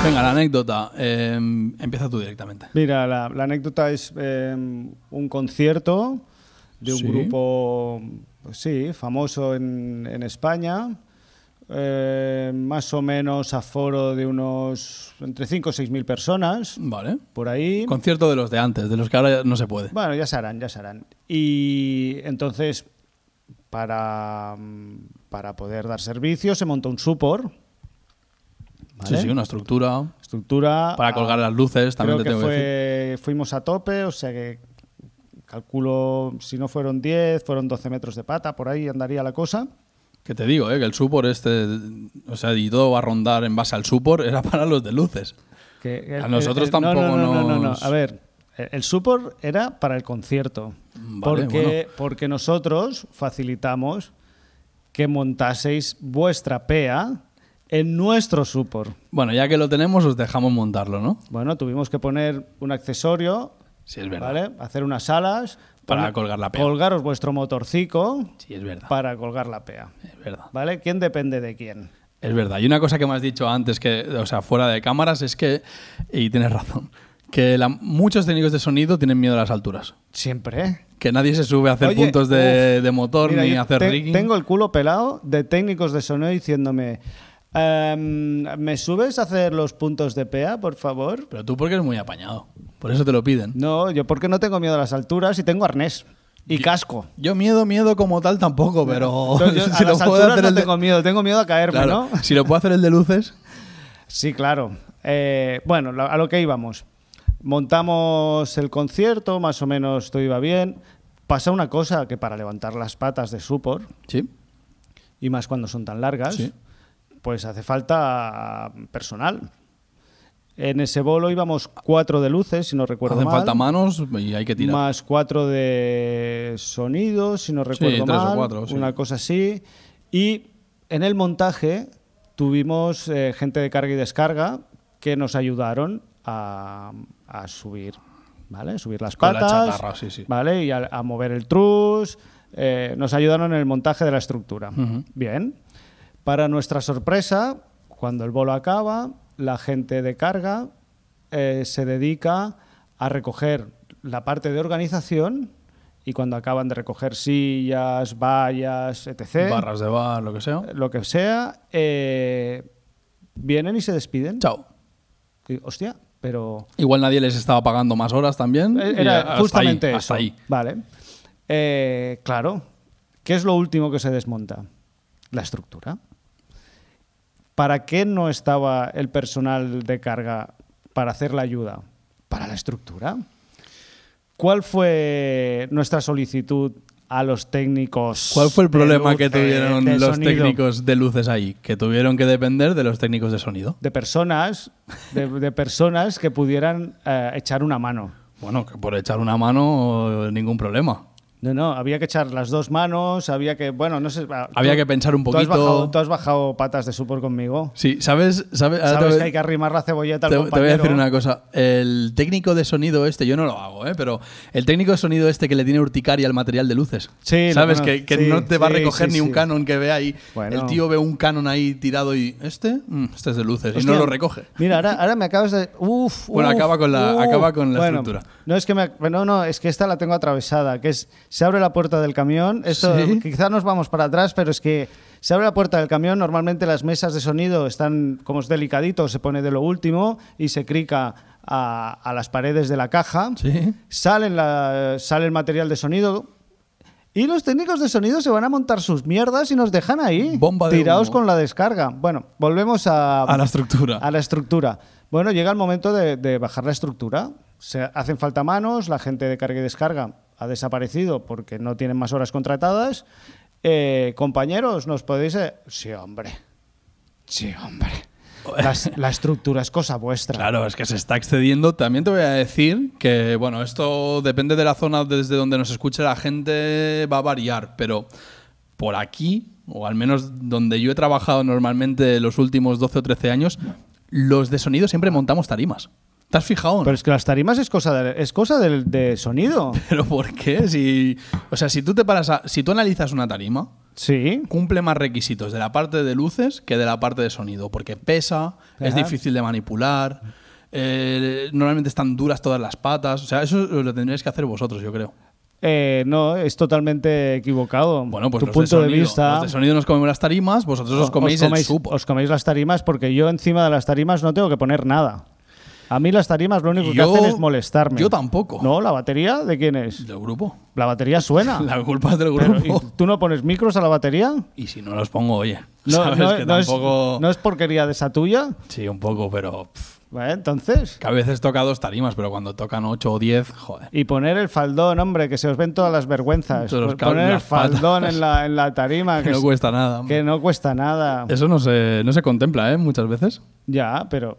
A: Venga, la anécdota. eh, empieza tú directamente.
C: Mira, la, la anécdota es eh, un concierto de un
A: Sí.
C: grupo, pues sí, famoso en, en España, eh, más o menos aforo de unos entre 5 o 6 mil personas,
A: Vale.
C: por ahí.
A: Concierto de los de antes, de los que ahora no se puede.
C: Bueno, ya se harán, ya se harán. Y entonces, para, para poder dar servicio, se montó un supor. ¿vale?
A: Sí, sí, una estructura.
C: Estructura
A: Para
C: ah,
A: colgar las luces, también te
C: Creo que
A: tengo que decir.
C: fue- fuimos a tope, o sea que calculo, si no fueron 10, fueron 12 metros de pata, por ahí andaría la cosa.
A: Que te digo, eh, que el supor este, o sea, y todo va a rondar en base al supor, era para los de luces.
C: Que el-
A: A nosotros
C: Eh, no,
A: tampoco
C: no, no, no, no, no.
A: nos-
C: A ver, eh, el el support era para el concierto,
A: Vale,
C: porque,
A: bueno.
C: porque nosotros facilitamos que montaseis vuestra PEA en nuestro support.
A: Bueno, ya que lo tenemos, os dejamos montarlo, ¿no?
C: Bueno, tuvimos que poner un accesorio,
A: Sí, es verdad.
C: ¿vale? Hacer unas alas.
A: Para
C: poner-
A: colgar la PEA.
C: Colgaros vuestro motorcico
A: Sí, es verdad.
C: para colgar la PEA.
A: Es verdad.
C: ¿Vale? ¿Quién depende de quién?
A: Es verdad. Y una cosa que me has dicho antes, que, o sea, fuera de cámaras, es que, y tienes razón, que la- muchos técnicos de sonido tienen miedo a las alturas.
C: Siempre. ¿eh?
A: Que nadie se sube a hacer
C: Oye,
A: puntos de,
C: uf,
A: de motor
C: Mira,
A: ni
C: yo
A: hacer
C: te-
A: rigging.
C: Tengo el culo pelado de técnicos de sonido diciéndome, "Em, ¿me subes a hacer los puntos de PEA, por favor?
A: Pero tú porque eres muy apañado. Por eso te lo piden.
C: No, yo porque no tengo miedo a las alturas y tengo arnés y casco.
A: Yo miedo, miedo como tal tampoco, pero
C: Entonces, yo
A: si
C: a
A: lo
C: las
A: puedo
C: alturas
A: hacer
C: no
A: el de-
C: tengo miedo, tengo miedo a caerme,
A: Claro,
C: ¿no?
A: si lo puedo hacer el de luces,
C: Sí, claro. Eh, bueno, lo- a lo que íbamos. Montamos el concierto, más o menos todo iba bien. Pasa una cosa que para levantar las patas de Supor,
A: sí.
C: y más cuando son tan largas,
A: Sí.
C: pues hace falta personal. En ese bolo íbamos cuatro de luces, si no recuerdo
A: Hacen
C: mal.
A: falta manos y hay que tirar.
C: Más cuatro de sonidos, si no recuerdo
A: tres o
C: mal.
A: cuatro, sí.
C: Una cosa así. Y en el montaje tuvimos eh, gente de carga y descarga que nos ayudaron a, a subir, ¿vale? Subir las
A: Con la
C: patas,
A: chatarra, sí, sí.
C: ¿vale? Y a, a mover el truss. eh, nos ayudaron en el montaje de la estructura.
A: Ujú.
C: Bien. Para nuestra sorpresa, cuando el bolo acaba, la gente de carga eh, se dedica a recoger la parte de organización y cuando acaban de recoger sillas, vallas, etc.,
A: Barras de bar, lo que sea.
C: lo que sea, eh, vienen y se despiden.
A: Chao.
C: Y, hostia, pero
A: Igual nadie les estaba pagando más horas también.
C: eh,
A: y
C: era
A: hasta
C: justamente
A: ahí,
C: eso.
A: Hasta ahí.
C: Vale. Eh, claro. ¿Qué es lo último que se desmonta? La estructura. ¿Para qué no estaba el personal de carga para hacer la ayuda? Para la estructura. ¿Cuál fue nuestra solicitud a los técnicos?
A: ¿Cuál fue el
C: de
A: problema
C: luces,
A: que tuvieron
C: de
A: los
C: sonido?
A: técnicos de luces ahí? Que tuvieron que depender de los técnicos de sonido.
C: De personas, de, de personas que pudieran eh, echar una mano.
A: Bueno, que por echar una mano, ningún problema.
C: No, no, había que echar las dos manos, había que, bueno, no sé. ah,
A: Había que pensar un
C: Tú has
A: poquito.
C: bajado, tú has bajado patas de súper conmigo.
A: Sí, ¿sabes? ¿Sabes, ahora Ah, te
C: Sabes
A: voy-
C: que hay que arrimar la cebolleta al
A: Te, te
C: compañero.
A: voy a decir una cosa. El técnico de sonido este, yo no lo hago, ¿eh? pero el técnico de sonido este que le tiene urticaria al material de luces.
C: Sí, lo
A: ¿Sabes?
C: conozco.
A: Que, que
C: Sí,
A: no te va a
C: sí,
A: recoger
C: sí,
A: ni un
C: sí.
A: canon que ve ahí.
C: Bueno.
A: El tío ve un canon ahí tirado y. ¿Este? Mm, este es de luces. y
C: Hostia,
A: no lo recoge.
C: Mira, ahora, ahora me acabas de. Uf,
A: Bueno,
C: uf,
A: acaba con la-
C: uf.
A: acaba con la
C: Bueno,
A: estructura.
C: No es, que me, no, no, es que esta la tengo atravesada, que es se abre la puerta del camión. Esto
A: Sí.
C: quizás nos vamos para atrás, pero es que se abre la puerta del camión. Normalmente las mesas de sonido están como es delicadito, se pone de lo último y se crica a, a las paredes de la caja.
A: Sí.
C: Salen la- sale el material de sonido. Y los técnicos de sonido se van a montar sus mierdas y nos dejan ahí,
A: Bomba de
C: tirados
A: humo.
C: con la descarga. Bueno, volvemos a,
A: A la estructura.
C: a la estructura. Bueno, llega el momento de, de bajar la estructura. Se hacen falta manos, la gente de carga y descarga ha desaparecido porque no tienen más horas contratadas. Eh, compañeros, ¿nos podéis...? eh? Sí, hombre. Sí, hombre. Las- la estructura es cosa vuestra.
A: Claro, es que se está excediendo. También te voy a decir que, bueno, esto depende de la zona desde donde nos escuche la gente, va a variar, pero por aquí, o al menos donde yo he trabajado normalmente los últimos 12 o 13 años, los de sonido siempre montamos tarimas. ¿Te has fijado?
C: Pero es que las tarimas es cosa de, es cosa del de sonido.
A: ¿Pero por qué? Si, o sea, si tú te paras a- si tú analizas una tarima,
C: Sí.
A: cumple más requisitos de la parte de luces que de la parte de sonido, porque pesa, es
C: Ajá.
A: difícil de manipular, eh, normalmente están duras todas las patas, o sea, eso lo tendríais que hacer vosotros, yo creo.
C: Eh, no, es totalmente equivocado.
A: Bueno, pues
C: tu
A: los de
C: punto de,
A: sonido-
C: vista.
A: los de sonido nos comemos las tarimas, vosotros os coméis, el supo.
C: os coméis las tarimas porque yo encima de las tarimas no tengo que poner nada. A mí las tarimas lo único
A: Yo-
C: que hacen es molestarme.
A: yo tampoco.
C: No, la batería de quién es?
A: Del grupo.
C: La batería suena.
A: La culpa es del
C: Ah. Pero,
A: grupo.
C: ¿y ¿Tú no pones micros a la batería?
A: y... si no los pongo, oye,
C: No,
A: sabes
C: no-
A: que
C: no es-
A: tampoco...
C: no es porquería de esa tuya.
A: Sí, un poco, pero... pff,
C: Bueno, entonces.
A: que a veces toca dos tarimas, pero cuando tocan ocho o diez, joder.
C: Y poner el faldón, hombre, que se os ven todas las vergüenzas.
A: Todos los
C: Pues Poner el
A: cables, las
C: faldón
A: patas.
C: en la, en la tarima, que,
A: Que no
C: es-
A: cuesta nada.
C: que no cuesta nada.
A: Eso no se, no se contempla, ¿eh? Muchas veces.
C: Ya, pero.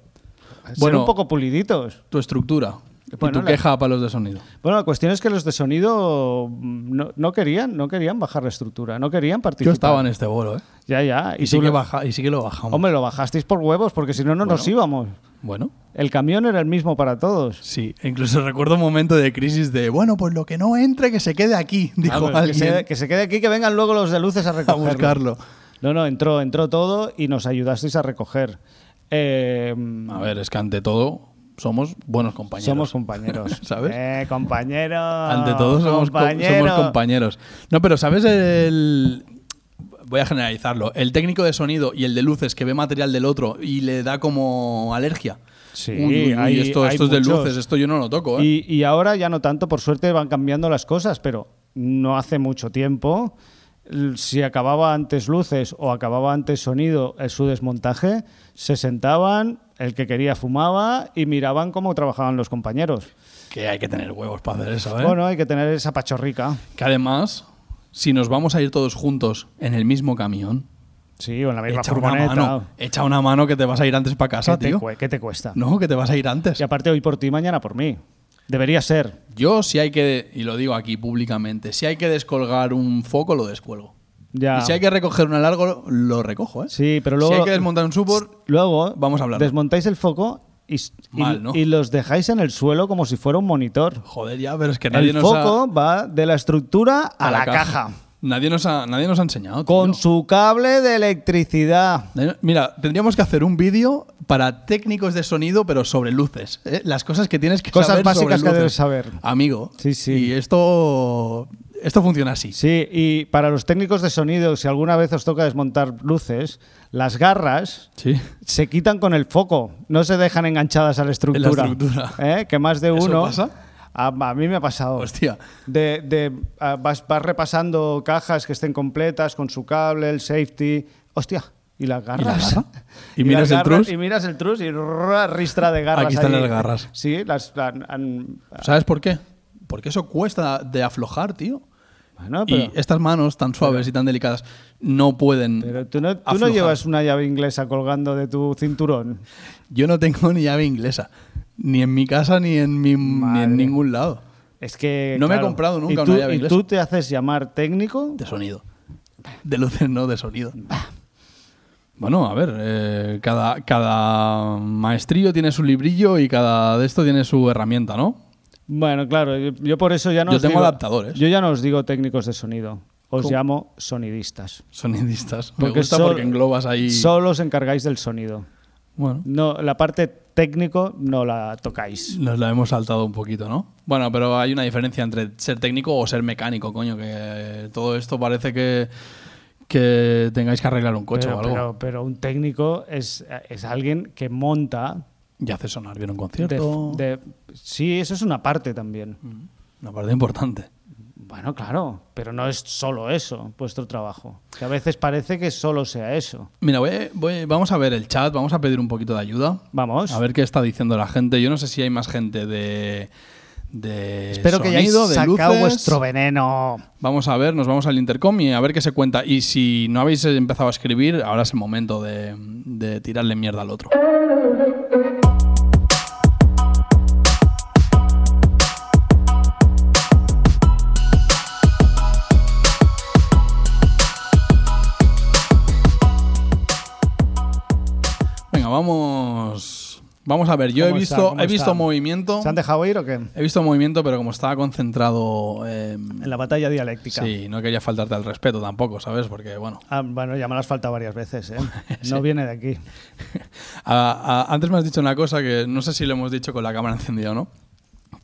C: Bueno,
A: Bueno.
C: un poco puliditos.
A: tu estructura
C: Bueno,
A: y tu
C: la-
A: queja a palos de sonido.
C: Bueno, la cuestión es que los de sonido mm, no, no querían, no querían bajar la estructura, no querían participar.
A: Yo estaba en este bolo, ¿eh?
C: Ya, ya.
A: Y
C: Y
A: sí,
C: tú
A: que
C: lo-
A: baja, y sí que lo bajamos.
C: Hombre, lo bajasteis por huevos porque si no, no nos íbamos.
A: Bueno,
C: El camión era el mismo para todos.
A: sí. Incluso recuerdo un momento de crisis de, bueno, pues lo que no entre, que se quede aquí, dijo
C: Ah, pues, que,
A: alguien
C: se, que se quede aquí, que vengan luego los de luces a
A: a
C: recogerlo.
A: buscarlo.
C: No, no, entró, entró todo y nos ayudasteis a recoger. Eh,
A: A ver, es que ante todo somos buenos compañeros.
C: somos compañeros.
A: ¿Sabes?
C: Eh, compañeros.
A: Ante todo somos, co-
C: compañeros.
A: somos compañeros. No, pero ¿sabes el...? Voy a generalizarlo. El técnico de sonido y el de luces que ve material del otro y le da como alergia.
C: Sí,
A: Uy, uy, uy,
C: hay-
A: esto,
C: hay
A: esto es de
C: muchos.
A: luces, esto yo no lo toco. ¿eh?
C: Y, y ahora ya no tanto, por suerte van cambiando las cosas, pero no hace mucho tiempo, l- si acababa antes luces o acababa antes sonido eh, su desmontaje, se sentaban, el que quería fumaba y miraban cómo trabajaban los compañeros.
A: Que hay que tener huevos para hacer eso, ¿eh?
C: Bueno, hay que tener esa pachorrica.
A: Que además, si nos vamos a ir todos juntos en el mismo camión,
C: Sí, o en la misma
A: echa una,
C: furgoneta.
A: mano, echa una mano que te vas a ir antes para casa,
C: ¿Qué, te
A: tío.
C: cue- qué te cuesta?
A: No, que te vas a ir antes.
C: Y aparte hoy por ti, mañana por mí. Debería ser.
A: Yo si hay que, y lo digo aquí públicamente, si hay que descolgar un foco, lo descuelgo.
C: Ya.
A: Y si hay que recoger un alargo, lo recojo, ¿eh?
C: Sí, pero luego.
A: Si hay que desmontar un subor,
C: Luego.
A: Vamos a hablar.
C: Desmontáis el foco y, s- y-
A: Mal, ¿no?
C: y los dejáis en el suelo como si fuera un monitor.
A: joder ya, pero es que nadie
C: El
A: nos
C: foco
A: ha...
C: va de la estructura a, la, caja.
A: Nadie nos ha, nadie nos ha enseñado.
C: Con
A: tío.
C: su cable de electricidad.
A: Eh, Mira, tendríamos que hacer un vídeo para técnicos de sonido, pero sobre luces. ¿eh? Las cosas que tienes que
C: Cosas
A: saber. sobre
C: básicas que
A: luces.
C: debes saber.
A: Amigo.
C: Sí, sí.
A: Y esto, esto funciona así.
C: Sí, y para los técnicos de sonido, si alguna vez os toca desmontar luces, las garras
A: Sí.
C: se quitan con el foco, no se dejan enganchadas a la estructura.
A: estructura.
C: ¿Eh? Que más de
A: ¿Eso
C: uno.
A: pasa?
C: A, a mí me ha pasado.
A: Hostia.
C: De, de- ah, vas, vas repasando cajas que estén completas con su cable, el safety. Hostia, ¿y las garras?
A: garra? ¿Y miras
C: las
A: el
C: garras-
A: trus?
C: Y miras el trus y rrra, ristra de garras.
A: Aquí están
C: ahí.
A: las garras.
C: Sí, las. han- han-
A: ¿Sabes por qué? Porque eso cuesta de aflojar, tío.
C: bueno, pero,
A: y estas manos tan suaves y tan delicadas no pueden.
C: pero tú, no, tú no
A: aflojar.
C: llevas una llave inglesa colgando de tu cinturón.
A: Yo no tengo ni llave inglesa. Ni en mi casa ni en, mi- ni
C: Madre.
A: en ningún lado.
C: Es que.
A: No me he
C: claro,
A: comprado nunca
C: y
A: una
C: tú-
A: llave
C: Y
A: inglesa.
C: tú te haces llamar técnico.
A: De sonido. De luces, no de sonido. Bueno, a ver, eh, cada, cada maestrillo tiene su librillo y cada de esto tiene su herramienta, ¿no?
C: Bueno, claro, yo, yo por eso ya no
A: Yo
C: os
A: tengo
C: digo-
A: adaptadores.
C: Yo ya no os digo técnicos de sonido. Os
A: ¿Cómo?
C: llamo sonidistas.
A: Sonidistas. Me
C: Porque
A: gusta
C: sol-
A: porque englobas ahí.
C: Solo os encargáis del sonido.
A: bueno,
C: No, la parte técnico no la tocáis.
A: Nos la hemos saltado un poquito, ¿no? Bueno, pero hay una diferencia entre ser técnico o ser mecánico, coño, que todo esto parece que, que tengáis que arreglar un coche
C: pero,
A: o algo.
C: pero- pero un técnico es, es alguien que monta.
A: Y hace sonar bien un
C: de-
A: concierto.
C: de- sí, eso es una parte también.
A: Mm. Una parte importante.
C: Bueno, claro, pero no es solo eso vuestro trabajo. Que a veces parece que solo sea eso.
A: Mira, voy- voy- vamos a ver el chat, vamos a pedir un poquito de ayuda.
C: Vamos.
A: A ver qué está diciendo la gente. Yo no sé si hay más gente de. de
C: Espero que hayáis
A: sonido, de
C: sacado
A: luces.
C: vuestro veneno.
A: Vamos a ver, nos vamos al intercom y a ver qué se cuenta. Y si no habéis empezado a escribir, ahora es el momento de, de tirarle mierda al otro. Venga, vamos. Vamos a ver, yo he
C: ¿Cómo está?
A: visto,
C: ¿Cómo
A: he visto
C: están?
A: movimiento.
C: ¿Se han dejado ir o qué?
A: He visto movimiento, pero como estaba concentrado. em,
C: En la batalla dialéctica.
A: Sí, no quería faltarte al respeto tampoco, ¿sabes? Porque, bueno.
C: Ah, bueno, ya me las falta varias veces, ¿eh? No viene de aquí.
A: a- a- antes me has dicho una cosa que no sé si lo hemos dicho con la cámara encendida o no.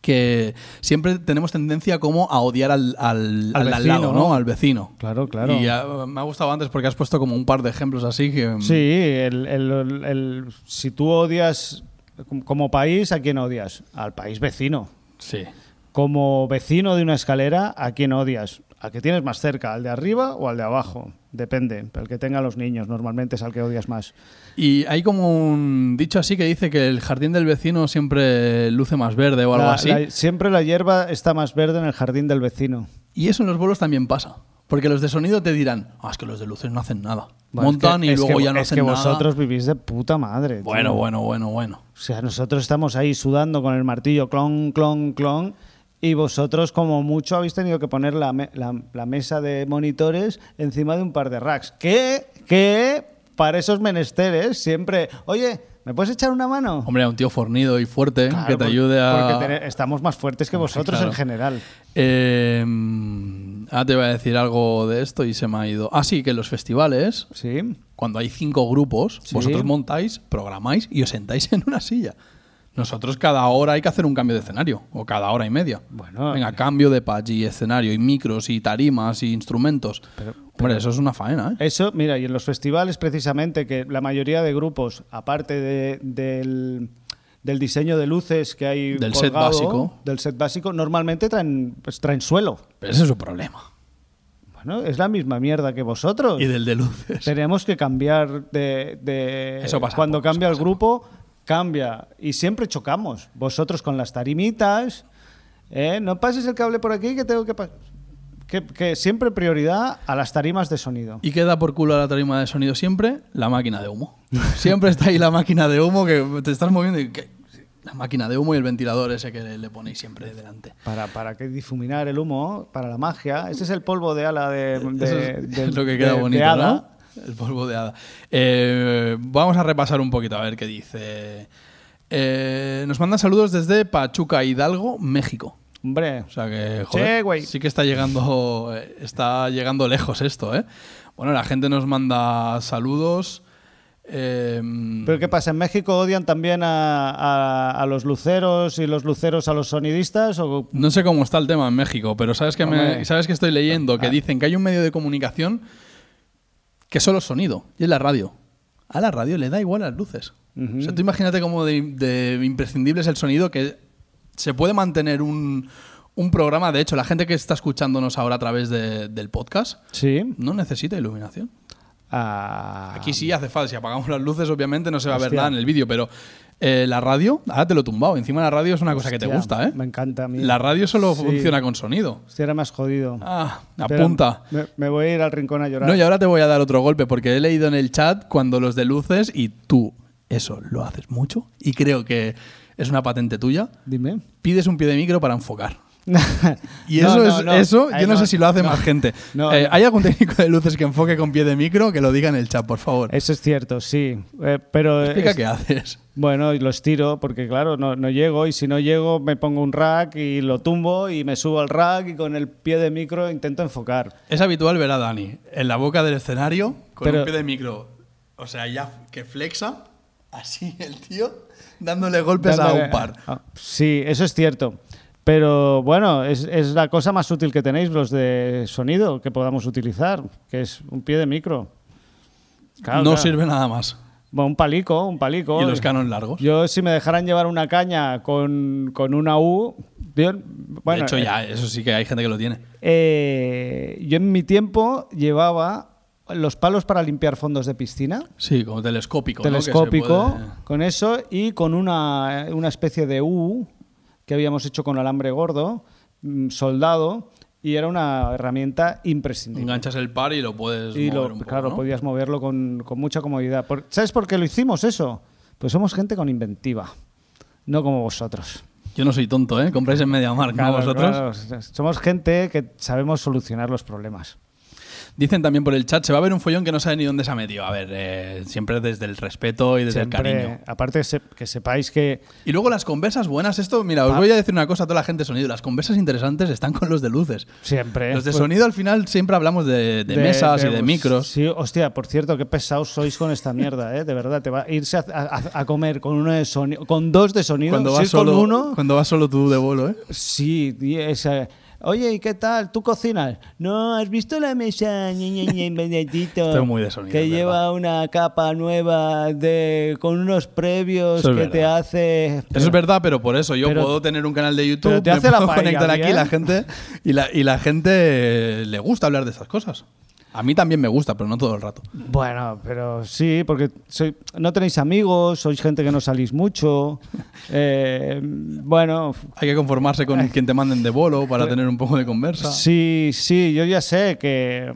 A: Que siempre tenemos tendencia como a odiar al, al,
C: Al
A: al de al
C: vecino,
A: lado,
C: ¿no?
A: ¿no? Al vecino.
C: Claro, claro.
A: Y ah, me ha gustado antes porque has puesto como un par de ejemplos así que. mm,
C: Sí, el, el- el- si tú odias com- como país, ¿a quién odias? Al país vecino.
A: Sí.
C: Como vecino de una escalera, ¿a quién odias? ¿Al que tienes más cerca? ¿Al de arriba o al de abajo? Depende. El que tenga los niños normalmente es al que odias más.
A: Y hay como un dicho así que dice que el jardín del vecino siempre luce más verde o algo
C: La-
A: así.
C: la- siempre la hierba está más verde en el jardín del vecino.
A: Y eso en los vuelos también pasa. Porque los de sonido te dirán, ah, es que los de luces no hacen nada.
C: Bueno, es
A: Montan
C: que-
A: y
C: es
A: luego
C: que-
A: ya no
C: Es
A: hacen
C: que
A: nada.
C: vosotros vivís de puta madre. tío.
A: Bueno, bueno, bueno, bueno.
C: O sea, nosotros estamos ahí sudando con el martillo, clon, clon, clon, y vosotros como mucho habéis tenido que poner la, me- la- la mesa de monitores encima de un par de racks. ¿Qué? ¿Qué? Para esos menesteres siempre, oye, ¿me puedes echar una mano?
A: Hombre, a un tío fornido y fuerte
C: Claro,
A: que te
C: por-
A: ayude a.
C: Porque tener- estamos más fuertes que vosotros
A: claro.
C: en general.
A: Eh, mm, ah, te voy a decir algo de esto y se me ha ido. Ah, sí, que en los festivales,
C: Sí.
A: cuando hay cinco grupos,
C: Sí.
A: vosotros montáis, programáis y os sentáis en una silla. Nosotros cada hora hay que hacer un cambio de escenario, o cada hora y media.
C: Bueno. eh.
A: Venga, cambio de patch y escenario, y micros, y tarimas, y instrumentos. Hombre, eso es una faena, ¿eh?
C: Eso, mira, y en los festivales precisamente que la mayoría de grupos, aparte de- del, del diseño de luces que hay
A: Del set básico.
C: del set básico, normalmente traen, pues, traen suelo.
A: Pero ese es su problema.
C: Bueno, es la misma mierda que vosotros.
A: Y del de luces.
C: Tenemos que cambiar de... de-
A: Eso pasa
C: cuando
A: poco,
C: cambia
A: eso
C: el
A: pasa
C: grupo, cambia. Y siempre chocamos. Vosotros con las tarimitas. ¿eh? No pases el cable por aquí que tengo que... pa- Que, que siempre prioridad a las tarimas de sonido.
A: ¿Y queda por culo a la tarima de sonido siempre? La máquina de humo. Siempre está ahí la máquina de humo que te estás moviendo y que- la máquina de humo y el ventilador ese que le, le ponéis siempre delante.
C: Para, para que difuminar el humo, para la magia. Ese es el polvo de ala de, de-
A: Eso es,
C: de-
A: es lo que queda
C: de- de
A: bonito,
C: hada.
A: ¿no? El polvo de hada. Eh, vamos a repasar un poquito a ver qué dice. Eh, nos mandan saludos desde Pachuca, Hidalgo, México.
C: Hombre,
A: O sea que,
C: Che,
A: joder,
C: güey.
A: sí que está llegando, eh, está llegando lejos esto, ¿eh? Bueno, la gente nos manda saludos. em,
C: pero ¿qué pasa? ¿En México odian también a, a- a los luceros y los luceros a los sonidistas? ¿O
A: No sé cómo está el tema en México, pero sabes que, me-
C: Hombre.
A: sabes que estoy leyendo que
C: Ah.
A: dicen que hay un medio de comunicación que solo es sonido, y es la radio. A la radio le da igual las luces.
C: Ujú.
A: O sea, tú imagínate cómo de, de imprescindible es el sonido que se puede mantener un, un programa. De hecho, la gente que está escuchándonos ahora a través de- del podcast
C: Sí.
A: no necesita iluminación.
C: Ah,
A: Aquí sí hace falta. Si apagamos las luces, obviamente no se va a ver
C: Hostia.
A: nada en el vídeo, pero eh, la radio, ahora te lo he tumbado. Encima la radio es una cosa que te
C: hostia,
A: gusta, ¿eh?
C: Me encanta a mí.
A: La radio solo
C: Sí.
A: funciona con sonido.
C: Hostia, era más jodido.
A: Ah,
C: Espera,
A: apunta.
C: Me, me voy a ir al rincón a llorar.
A: No, y ahora te voy a dar otro golpe porque he leído en el chat cuando los de luces y tú eso lo haces mucho y creo que es una patente tuya.
C: Dime.
A: Pides un pie de micro para enfocar. Y eso,
C: No, no,
A: es,
C: no.
A: eso
C: Ay,
A: yo no, sé si lo hace más gente.
C: no,
A: Eh,
C: no.
A: ¿Hay algún técnico de luces que enfoque con pie de micro? Que lo diga en el chat, por favor.
C: Eso es cierto, sí. Eh, pero
A: Explica
C: es-
A: qué haces.
C: Bueno, y los tiro porque claro, no, no llego y si no llego me pongo un rack y lo tumbo y me subo al rack y con el pie de micro intento enfocar.
A: Es habitual ver a Dani en la boca del escenario con
C: Pero-
A: un pie de micro, o sea, ya que flexa Así el tío dándole golpes
C: Dándole-
A: a un par.
C: Ah, Sí, eso es cierto. Pero bueno, es, es la cosa más útil que tenéis los de sonido que podamos utilizar, que es un pie de micro. Claro,
A: no
C: claro.
A: sirve nada más.
C: Bueno, un palico, un palico.
A: Y los canos largos.
C: Yo si me dejaran llevar una caña con, con una U, bien, bueno,
A: de hecho, ya, eso sí que hay gente que lo tiene.
C: eh, yo en mi tiempo llevaba los palos para limpiar fondos de piscina,
A: Sí, como telescópico. ¿no? Que se
C: telescópico,
A: puede-
C: con eso y con una, una especie de U que habíamos hecho con alambre gordo, mm, soldado, y era una herramienta imprescindible.
A: Enganchas el par y lo puedes
C: Y
A: mover
C: lo,
A: un poco,
C: claro,
A: ¿no?
C: podías moverlo con, con mucha comodidad. Por- ¿Sabes por qué lo hicimos eso? Pues somos gente con inventiva, no como vosotros.
A: Yo no soy tonto, ¿eh? Compráis en MediaMarkt, ¿no?
C: Claro,
A: Vosotros.
C: claro, somos gente que sabemos solucionar los problemas.
A: Dicen también por el chat, se va a ver un follón que no sabe ni dónde se ha metido. A ver, eh, siempre desde el respeto y desde el
C: Siempre-
A: cariño.
C: Aparte se- que sepáis que
A: Y luego las conversas buenas, esto, mira, os
C: Ah.
A: voy a decir una cosa a toda la gente de sonido, las conversas interesantes están con los de luces.
C: siempre... pues,
A: Los de sonido al final siempre hablamos de, de mesas y de micros.
C: Sí, hostia, por cierto, qué pesados sois con esta mierda, ¿eh? De verdad, te va a irse a, a- a comer con uno de sonido, con dos de sonido,
A: Cuando
C: si
A: vas,
C: es con
A: solo,
C: uno,
A: cuando vas solo tú de bolo, ¿eh?
C: Sí, y esa- Oye, ¿y qué tal? ¿Tú cocinas? No, ¿has visto la mesa? Ñe, Ñe, Ñe, Benedito,
A: Estoy muy de sonido,
C: Que
A: es verdad.
C: lleva una capa nueva de con unos previos
A: Eso es
C: que te
A: verdad.
C: hace...
A: Eso es verdad, pero por eso yo
C: pero-
A: puedo tener un canal de YouTube,
C: pero te
A: me
C: hace la
A: puedo
C: paella
A: conectar aquí
C: bien.
A: la gente y la, y la gente eh, le gusta hablar de estas cosas. A mí también me gusta, pero no todo el rato.
C: Bueno, pero sí, porque soy- no tenéis amigos, sois gente que no salís mucho. eh, bueno,
A: Hay que conformarse con quien te manden de bolo para tener un poco de conversa.
C: Eh. Sí, sí, yo ya sé que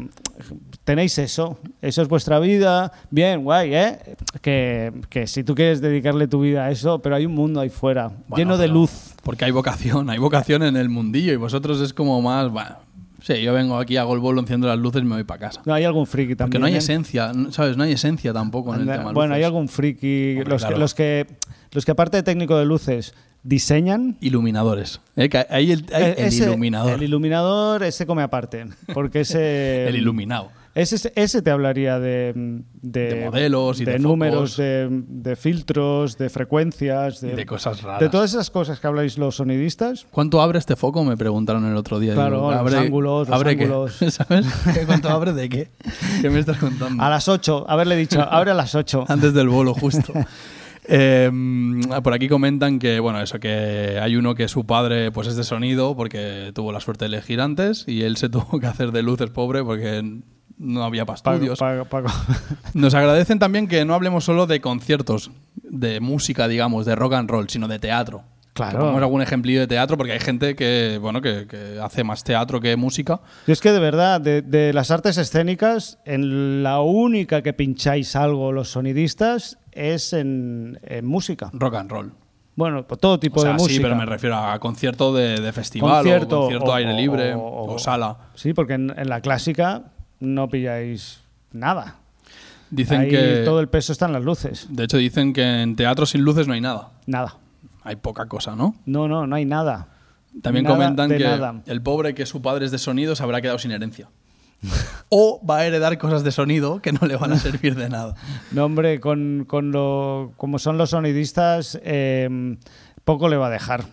C: tenéis eso, eso es vuestra vida, bien, guay, ¿eh? Que, que si tú quieres dedicarle tu vida a eso, pero hay un mundo ahí fuera,
A: Bueno,
C: lleno de
A: pero-
C: luz.
A: Porque hay vocación, hay vocación en el mundillo y vosotros es como más, bueno, sí, yo vengo aquí, hago el bolo, enciendo las luces y me voy para casa.
C: No, hay algún friki también.
A: Porque no hay
C: ¿eh?
A: esencia, no- ¿sabes? No hay esencia tampoco en
C: Anda,
A: el tema
C: bueno, hay
A: luces.
C: algún friki,
A: Hombre,
C: los,
A: claro.
C: que, los, que, los que aparte de técnico de luces diseñan...
A: Iluminadores. ¿eh? Que hay el, hay
C: eh,
A: el
C: ese-
A: iluminador,
C: El
A: el,
C: iluminador, ese come aparte, porque ese...
A: iluminado.
C: Ese, ese te hablaría de, de,
A: De modelos y de
C: números,
A: focos.
C: de, de filtros, de frecuencias,
A: Y
C: de,
A: de cosas raras.
C: de todas esas cosas que habláis los sonidistas.
A: ¿Cuánto abre este foco? Me preguntaron el otro día.
C: Claro, los
A: ¿abre-
C: ángulos, los
A: ¿Abre qué?
C: ángulos.
A: ¿Sabes? ¿Cuánto abre de qué? ¿Qué me estás contando?
C: A las 8, haberle dicho, abre a las 8.
A: Antes del bolo, justo. Eh, por aquí comentan que, bueno, eso, que hay uno que su padre, pues es de sonido, porque tuvo la suerte de elegir antes, y él se tuvo que hacer de luces pobre porque no había para estudios. Nos agradecen también que no hablemos solo de conciertos, de música, digamos, de rock and roll, sino de teatro.
C: Claro.
A: Que pongamos algún ejemplillo de teatro, porque hay gente que, bueno, que, que hace más teatro que música.
C: Yo es que de verdad, de, de las artes escénicas, en la única que pincháis algo los sonidistas es en, en música.
A: Rock and roll.
C: Bueno, pues todo tipo
A: O sea,
C: de música.
A: sí, pero me refiero a concierto de, de festival, o concierto
C: o-
A: aire libre,
C: o-
A: o,
C: o-
A: sala.
C: Sí, porque en, en la clásica no pilláis nada.
A: Dicen
C: Ahí
A: que.
C: todo el peso está en las luces.
A: De hecho, dicen que en teatro sin luces no hay nada.
C: Nada.
A: Hay poca cosa, ¿no?
C: No, no, no hay nada.
A: También
C: Nada
A: comentan
C: de
A: que
C: nada.
A: el pobre que su padre es de sonido se habrá quedado sin herencia. o va a heredar cosas de sonido que no le van a servir de nada.
C: No, hombre, con, con lo, como son los sonidistas, eh, poco le va a dejar.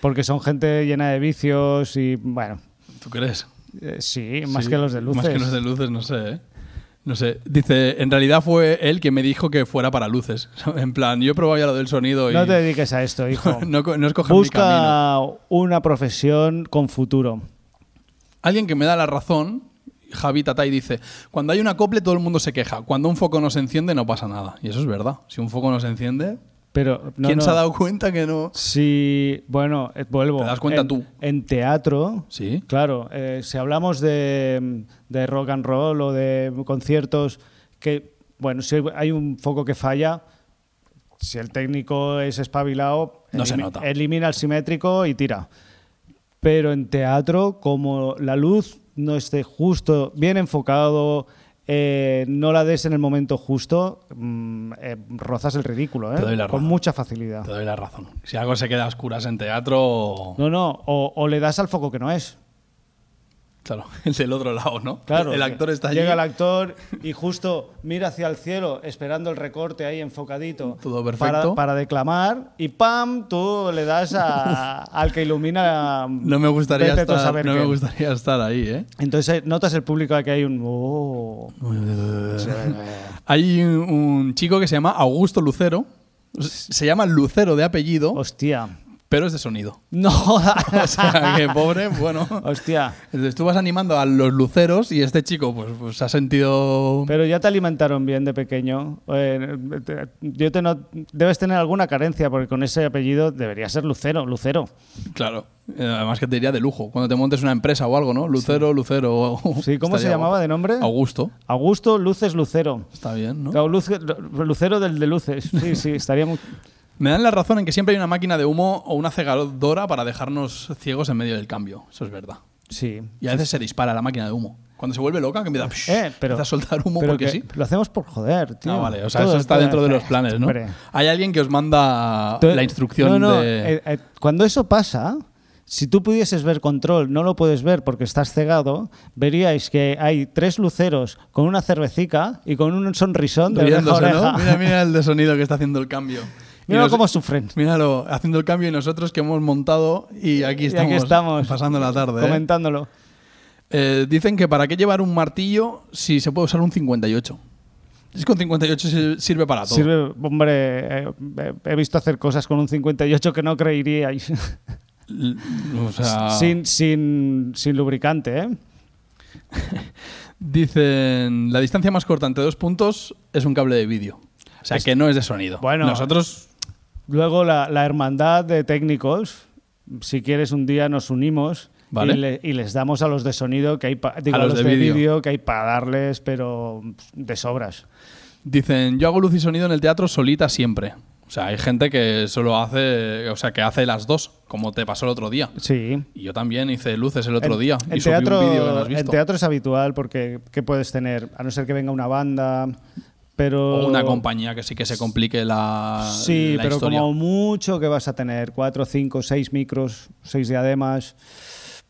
C: Porque son gente llena de vicios y, bueno,
A: ¿Tú crees?
C: eh, sí, más
A: Sí,
C: que los de luces.
A: Más que los de luces, no sé, ¿eh? No sé. Dice, en realidad fue él quien me dijo que fuera para luces. En plan, yo he probado ya lo del sonido y
C: No te dediques a esto, hijo.
A: no, co- no escoger mi camino.
C: Busca una profesión con futuro.
A: Alguien que me da la razón, Javi Tatay dice, cuando hay un acople todo el mundo se queja, cuando un foco no se enciende no pasa nada. Y eso es verdad, si un foco no se enciende,
C: Pero, no,
A: ¿quién
C: no.
A: se ha dado cuenta que no?
C: Sí, bueno, eh, vuelvo.
A: Te das cuenta
C: En-
A: tú.
C: En teatro,
A: Sí.
C: claro, eh, si hablamos de, de rock and roll o de conciertos, que, bueno, si hay un foco que falla, si el técnico es espabilado,
A: No se
C: elimi-
A: nota.
C: elimina el simétrico y tira. Pero en teatro, como la luz no esté justo, bien enfocado, eh, no la des en el momento justo, mm, eh, rozas el ridículo, ¿eh?
A: Te doy la
C: con
A: razón.
C: mucha facilidad.
A: Te doy la razón. Si algo se queda a oscuras en teatro,
C: No, no, o, o le das al foco que no es.
A: Claro, el del otro lado, ¿no?
C: Claro,
A: El actor está allí.
C: Llega el actor y justo mira hacia el cielo, esperando el recorte ahí enfocadito.
A: Todo perfecto.
C: Para, para declamar y ¡pam! Tú le das a- al que ilumina.
A: No me gustaría
C: vete tú a
A: estar,
C: saber
A: no me
C: qué.
A: gustaría estar ahí, ¿eh?
C: Entonces eh, notas el público que hay un. "Oh".
A: Hay un- un chico que se llama Augusto Lucero. Se llama Lucero de apellido,
C: ¡Hostia!
A: pero es de sonido.
C: ¡No!
A: O sea, que pobre, bueno.
C: ¡Hostia!
A: Entonces tú vas animando a los luceros y este chico pues, pues ha sentido...
C: Pero ya te alimentaron bien de pequeño. Eh, te- yo te no- debes tener alguna carencia porque con ese apellido debería ser Lucero, Lucero.
A: Claro. Eh, Además que te diría de lujo. Cuando te montes una empresa o algo, ¿no? Lucero, Lucero... o-
C: Sí, ¿cómo se
A: estaría
C: llamaba
A: guapo.
C: de nombre?
A: Augusto.
C: Augusto Luces Lucero.
A: Está bien, ¿no?
C: Claro, luce- lucero del de luces. Sí, sí, estaría muy.
A: Me dan la razón en que siempre hay una máquina de humo o una cegadora para dejarnos ciegos en medio del cambio. Eso es verdad.
C: Sí.
A: Y a veces se dispara la máquina de humo. Cuando se vuelve loca, que empieza, psh,
C: Eh, pero,
A: empieza a soltar humo
C: pero
A: porque
C: que
A: sí.
C: Lo hacemos por joder, tío.
A: Ah, vale. O sea,
C: Todo
A: eso está
C: esto-
A: dentro de los
C: eh,
A: planes, ¿no?
C: hombre.
A: Hay alguien que os manda
C: Tú-
A: la instrucción
C: no, no,
A: de...
C: eh, eh, cuando eso pasa, si tú pudieses ver control, no lo puedes ver porque estás cegado, veríais que hay tres luceros con una cervecica y con un sonrisón de oreja a
A: riéndose, ¿no?
C: oreja.
A: Mira, mira el de sonido que está haciendo el cambio. Y
C: Mira
A: nos-
C: cómo sufren.
A: Míralo, haciendo el cambio y nosotros que hemos montado y aquí
C: Y
A: estamos,
C: aquí estamos
A: pasando la tarde. ¿eh?
C: comentándolo.
A: Eh, dicen que para qué llevar un martillo si se puede usar un 58. Es que un 58 sir- sirve para todo.
C: Sirve, hombre, eh, eh, he visto hacer cosas con un 58 que no creeríais.
A: L- o sea,
C: sin, sin, sin lubricante, ¿eh?
A: Dicen, la distancia más corta entre dos puntos es un cable de vídeo. O sea, que no es de sonido.
C: Bueno.
A: Nosotros
C: Luego la, la hermandad de técnicos. Si quieres, un día nos unimos
A: Vale.
C: y, le- y les damos a los de sonido que hay pa- digo,
A: A
C: a
A: los
C: los,
A: de
C: de
A: vídeo.
C: vídeo que hay para darles, pero de sobras.
A: Dicen, yo hago luz y sonido en el teatro solita siempre. O sea, hay gente que solo hace, o sea, que hace las dos, como te pasó el otro día.
C: Sí.
A: Y yo también hice luces el
C: En-
A: otro día y
C: en
A: subí
C: teatro,
A: un vídeo que no has
C: en
A: visto.
C: teatro es habitual porque ¿qué puedes tener? A no ser que venga una banda, pero...
A: o una compañía que sí que se complique la,
C: Sí,
A: la
C: pero
A: historia.
C: como mucho que vas a tener, cuatro, cinco, seis micros, seis diademas,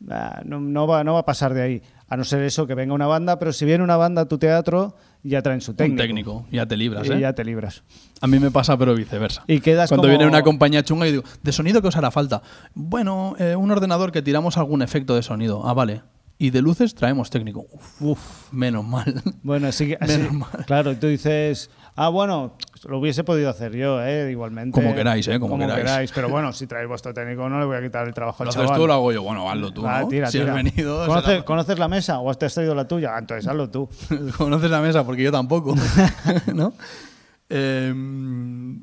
C: ah, no, no va, no va a pasar de ahí. A no ser eso, que venga una banda, pero si viene una banda a tu teatro, ya traen su
A: Un
C: técnico.
A: técnico, ya te libras,
C: Y
A: ¿eh?
C: ya te libras.
A: A mí me pasa, pero viceversa.
C: Y quedas
A: Cuando
C: como-
A: viene una compañía chunga y digo, ¿de sonido qué os hará falta? Bueno, eh, un ordenador que tiramos algún efecto de sonido. Ah, vale. Y de luces traemos técnico. Uf,
C: Uf.
A: menos mal.
C: Bueno, así que... así-
A: Menos mal.
C: claro, y tú dices, ah, bueno, lo hubiese podido hacer yo, eh, igualmente.
A: Como queráis, eh, como queráis.
C: Pero bueno, si traéis vuestro técnico, no le voy a quitar el trabajo al
A: Lo haces
C: chaval.
A: tú, lo hago yo. Bueno, hazlo tú,
C: Ah,
A: ¿no?
C: tira,
A: si has
C: tira.
A: venido... será-
C: ¿Conoces, conoces la mesa o te has traído la tuya? Ah, Entonces hazlo tú.
A: Conoces la mesa porque yo tampoco, ¿no? Eh,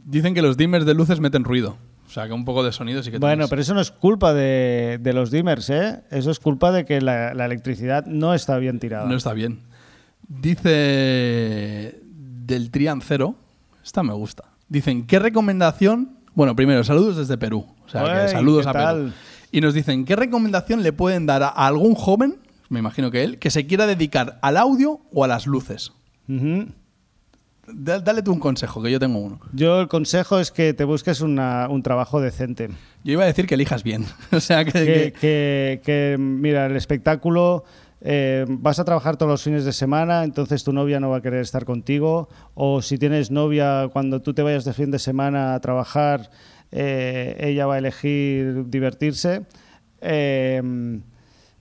A: dicen que los dimmers de luces meten ruido. O sea, que un poco de sonido sí que
C: Bueno,
A: tenéis.
C: pero eso no es culpa de, de los dimmers, ¿eh? Eso es culpa de que la, la electricidad no está bien tirada.
A: No está bien. Dice del Triancero. Esta me gusta. Dicen, ¿qué recomendación? Bueno, primero, saludos desde Perú. O sea, que
C: Uey,
A: saludos
C: ¿qué
A: a Perú.
C: tal?
A: Y nos dicen, ¿qué recomendación le pueden dar a a algún joven, me imagino que él, que se quiera dedicar al audio o a las luces?
C: Ujú.
A: Da- Dale tú un consejo, que yo tengo uno.
C: Yo el consejo es que te busques una- un trabajo decente.
A: Yo iba a decir que elijas bien. O sea, que,
C: Que,
A: que-
C: que- que, mira, el espectáculo... eh, vas a trabajar todos los fines de semana, entonces tu novia no va a querer estar contigo. O si tienes novia, cuando tú te vayas de fin de semana a trabajar, eh, ella va a elegir divertirse. Eh,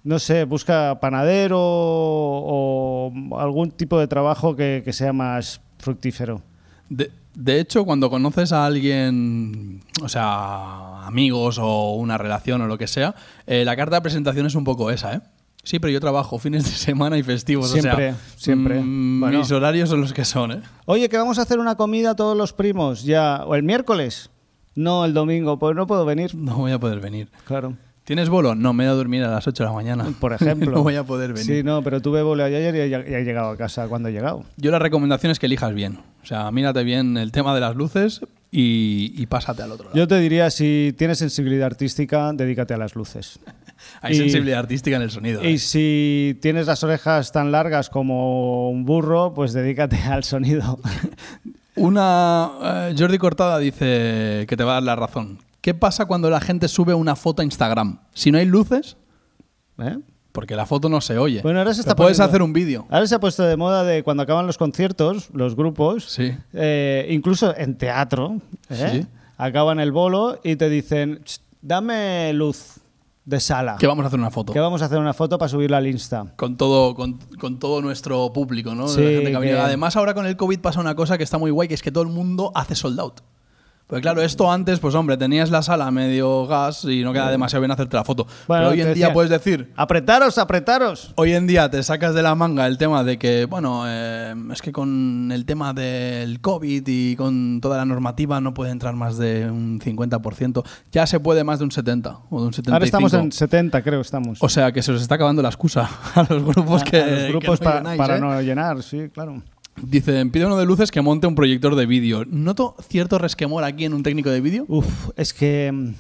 C: no sé, busca panadero o algún tipo de trabajo que, que sea más fructífero.
A: de, de hecho, cuando conoces a alguien, o sea, amigos o una relación o lo que sea, eh, la carta de presentación es un poco esa, ¿eh? Sí, pero yo trabajo fines de semana y festivos. o sea,
C: Siempre, siempre.
A: mm,
C: Bueno.
A: Mis horarios son los que son, ¿eh?
C: Oye, que vamos a hacer una comida todos los primos, ya, o el miércoles. No, el domingo, pues no puedo venir.
A: No voy a poder venir.
C: Claro.
A: ¿Tienes bolo? No, me voy a dormir a las 8 de la mañana.
C: Por ejemplo.
A: no voy a poder venir.
C: Sí, no, pero tuve voleo ayer y he, lleg- y he llegado a casa cuando he llegado.
A: Yo la recomendación es que elijas bien. O sea, mírate bien el tema de las luces y, y pásate al otro lado.
C: Yo te diría, si tienes sensibilidad artística, dedícate a las luces.
A: Hay
C: y-
A: sensibilidad artística en el sonido. ¿eh?
C: Y si tienes las orejas tan largas como un burro, pues dedícate al sonido.
A: Una eh, Jordi Cortada dice que te va a dar la razón. ¿Qué pasa cuando la gente sube una foto a Instagram? Si no hay luces,
C: ¿Eh?
A: Porque la foto no se oye.
C: Bueno, ahora se está
A: Pero puedes
C: poniendo- Ah.
A: hacer un vídeo.
C: Ahora se ha puesto de moda de cuando acaban los conciertos, los grupos,
A: Sí.
C: eh, incluso en teatro, ¿eh?
A: Sí.
C: acaban el bolo y te dicen, "Ch, dame luz de sala,
A: Que vamos a hacer una foto.
C: que vamos a hacer una foto para subirla al Insta.
A: Con todo, con, con todo nuestro público, ¿no?
C: Sí,
A: La gente que ha venido.
C: que-
A: Además, ahora con el COVID pasa una cosa que está muy guay, que es que todo el mundo hace sold out. Porque claro, esto antes, pues hombre, tenías la sala medio gas y no queda demasiado bien hacerte la foto.
C: Bueno,
A: Pero hoy en
C: te
A: día
C: decía-
A: puedes decir,
C: Apretaros, apretaros.
A: Hoy en día te sacas de la manga el tema de que, bueno, eh, es que con el tema del COVID y con toda la normativa no puede entrar más de un 50%. Ya se puede más de un 70 o de un 75.
C: Ahora estamos en 70, creo, estamos.
A: O sea que se os está acabando la excusa a los grupos
C: A- a
A: que,
C: los
A: que
C: grupos
A: no
C: para,
A: llenáis,
C: para
A: ¿eh?
C: no llenar, sí, claro.
A: Dicen, pide uno de luces que monte un proyector de vídeo. Noto cierto resquemor aquí en un técnico de vídeo.
C: Uf, es que...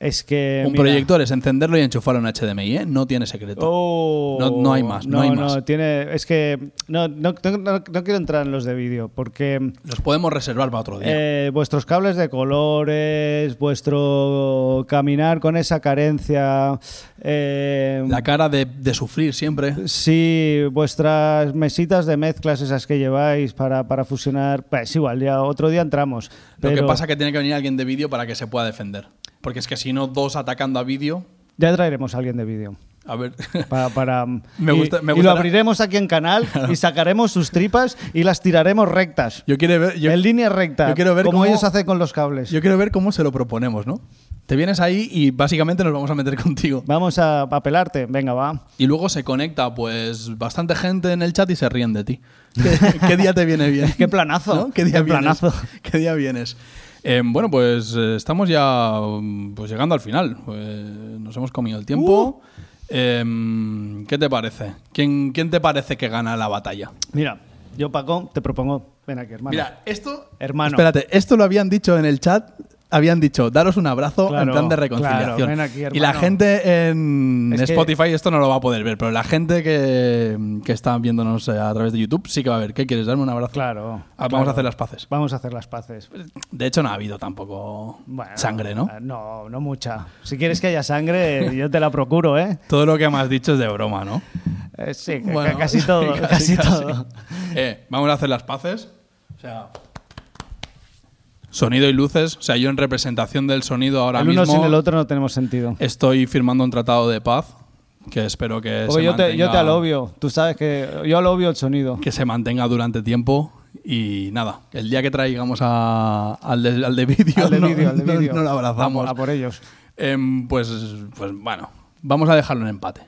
C: Es que...
A: un
C: Eh, mira.
A: proyector es encenderlo y enchufarlo en HDMI, ¿eh? No tiene secreto.
C: Oh.
A: No- no hay más, no hay más.
C: tiene, es que no, no- no- no- no quiero entrar en los de vídeo porque
A: Los podemos reservar para otro día.
C: eh, vuestros cables de colores, vuestro caminar con esa carencia, eh,
A: la cara de, de sufrir siempre.
C: sí, vuestras mesitas de mezclas esas que lleváis para, para fusionar, pues igual, ya otro día entramos.
A: Lo que
C: pero
A: pasa es que tiene que venir alguien de vídeo para que se pueda defender. Porque es que si no, dos atacando a vídeo.
C: ya traeremos a alguien de vídeo.
A: A ver.
C: Para, para-
A: Me
C: y-
A: gusta- me
C: y lo
A: gustará.
C: abriremos aquí en canal y sacaremos sus tripas y las tiraremos rectas.
A: yo, quiero ver, yo,
C: en línea recta.
A: yo quiero ver
C: como
A: cómo-
C: ellos hacen con los cables.
A: yo quiero ver cómo se lo proponemos, ¿no? Te vienes ahí y básicamente nos vamos a meter contigo.
C: Vamos a apelarte. Venga, va.
A: Y luego se conecta, pues, bastante gente en el chat y se ríen de ti. ¿Qué, qué día te viene bien?
C: Qué planazo,
A: ¿No? ¿Qué día
C: qué
A: vienes?
C: planazo.
A: ¿Qué día vienes? Eh, bueno, pues eh, estamos ya mm, pues, llegando al final. Eh, nos hemos comido el
C: Uh.
A: tiempo. Em, ¿Qué te parece? ¿Quién, ¿Quién te parece que gana la batalla?
C: Mira, yo, Paco, te propongo. Ven aquí, hermano.
A: Mira, esto.
C: Hermano.
A: Espérate, esto lo habían dicho en el chat. Habían dicho, daros un abrazo en
C: Claro,
A: plan de reconciliación.
C: claro, ven aquí, hermano.
A: y la gente en
C: Es que-
A: Spotify esto no lo va a poder ver, pero la gente que, que está viéndonos eh, a través de YouTube sí que va a ver. ¿Qué quieres? ¿Darme un abrazo?
C: Claro.
A: Ah, Vamos
C: claro.
A: a hacer las paces.
C: Vamos a hacer las paces.
A: De hecho, no ha habido tampoco
C: Bueno,
A: sangre, ¿no?
C: eh, No, no mucha. Si quieres que haya sangre, yo te la procuro, ¿eh?
A: Todo lo que me has dicho es de broma, ¿no?
C: Eh, sí, ca-
A: Bueno,
C: casi todo.
A: casi,
C: Casi,
A: casi.
C: todo.
A: Eh, vamos a hacer las paces. O sea. Sonido y luces. O sea, yo en representación del sonido ahora
C: el uno
A: mismo. eh,
C: sin el otro no tenemos sentido.
A: Estoy firmando un tratado de paz que espero que
C: Porque
A: se,
C: yo te, yo te
A: mantenga,
C: alobio. Tú sabes que yo alobio el sonido.
A: que se mantenga durante tiempo. Y nada, el día que traigamos a- al de, al de vídeo,
C: Al de
A: no,
C: vídeo, al de
A: no-
C: vídeo.
A: no lo abrazamos.
C: A por ellos.
A: Em, pues, pues bueno, vamos a dejarlo en empate.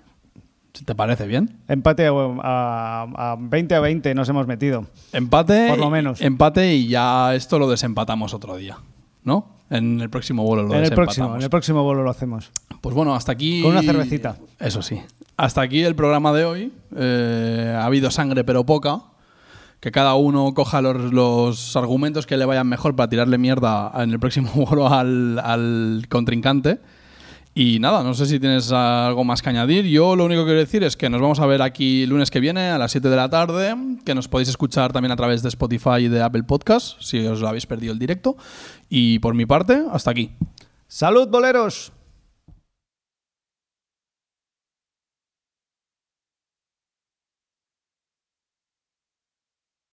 A: Si ¿Te parece bien?
C: Empate a, a- a 20 a 20 nos hemos metido.
A: Empate.
C: Por lo menos.
A: Empate y ya esto lo desempatamos otro día. ¿No? En el próximo vuelo lo
C: en el
A: desempatamos.
C: próximo, en el próximo bolo lo hacemos.
A: Pues bueno, hasta aquí.
C: Con una cervecita.
A: Eso sí. Hasta aquí el programa de hoy. Eh, ha habido sangre, pero poca. Que cada uno coja los, los argumentos que le vayan mejor para tirarle mierda en el próximo vuelo al, al contrincante. Y nada, no sé si tienes algo más que añadir. Yo lo único que quiero decir es que nos vamos a ver aquí lunes que viene a las 7 de la tarde, que nos podéis escuchar también a través de Spotify y de Apple Podcast, si os lo habéis perdido el directo. Y por mi parte, hasta aquí.
C: ¡Salud, boleros!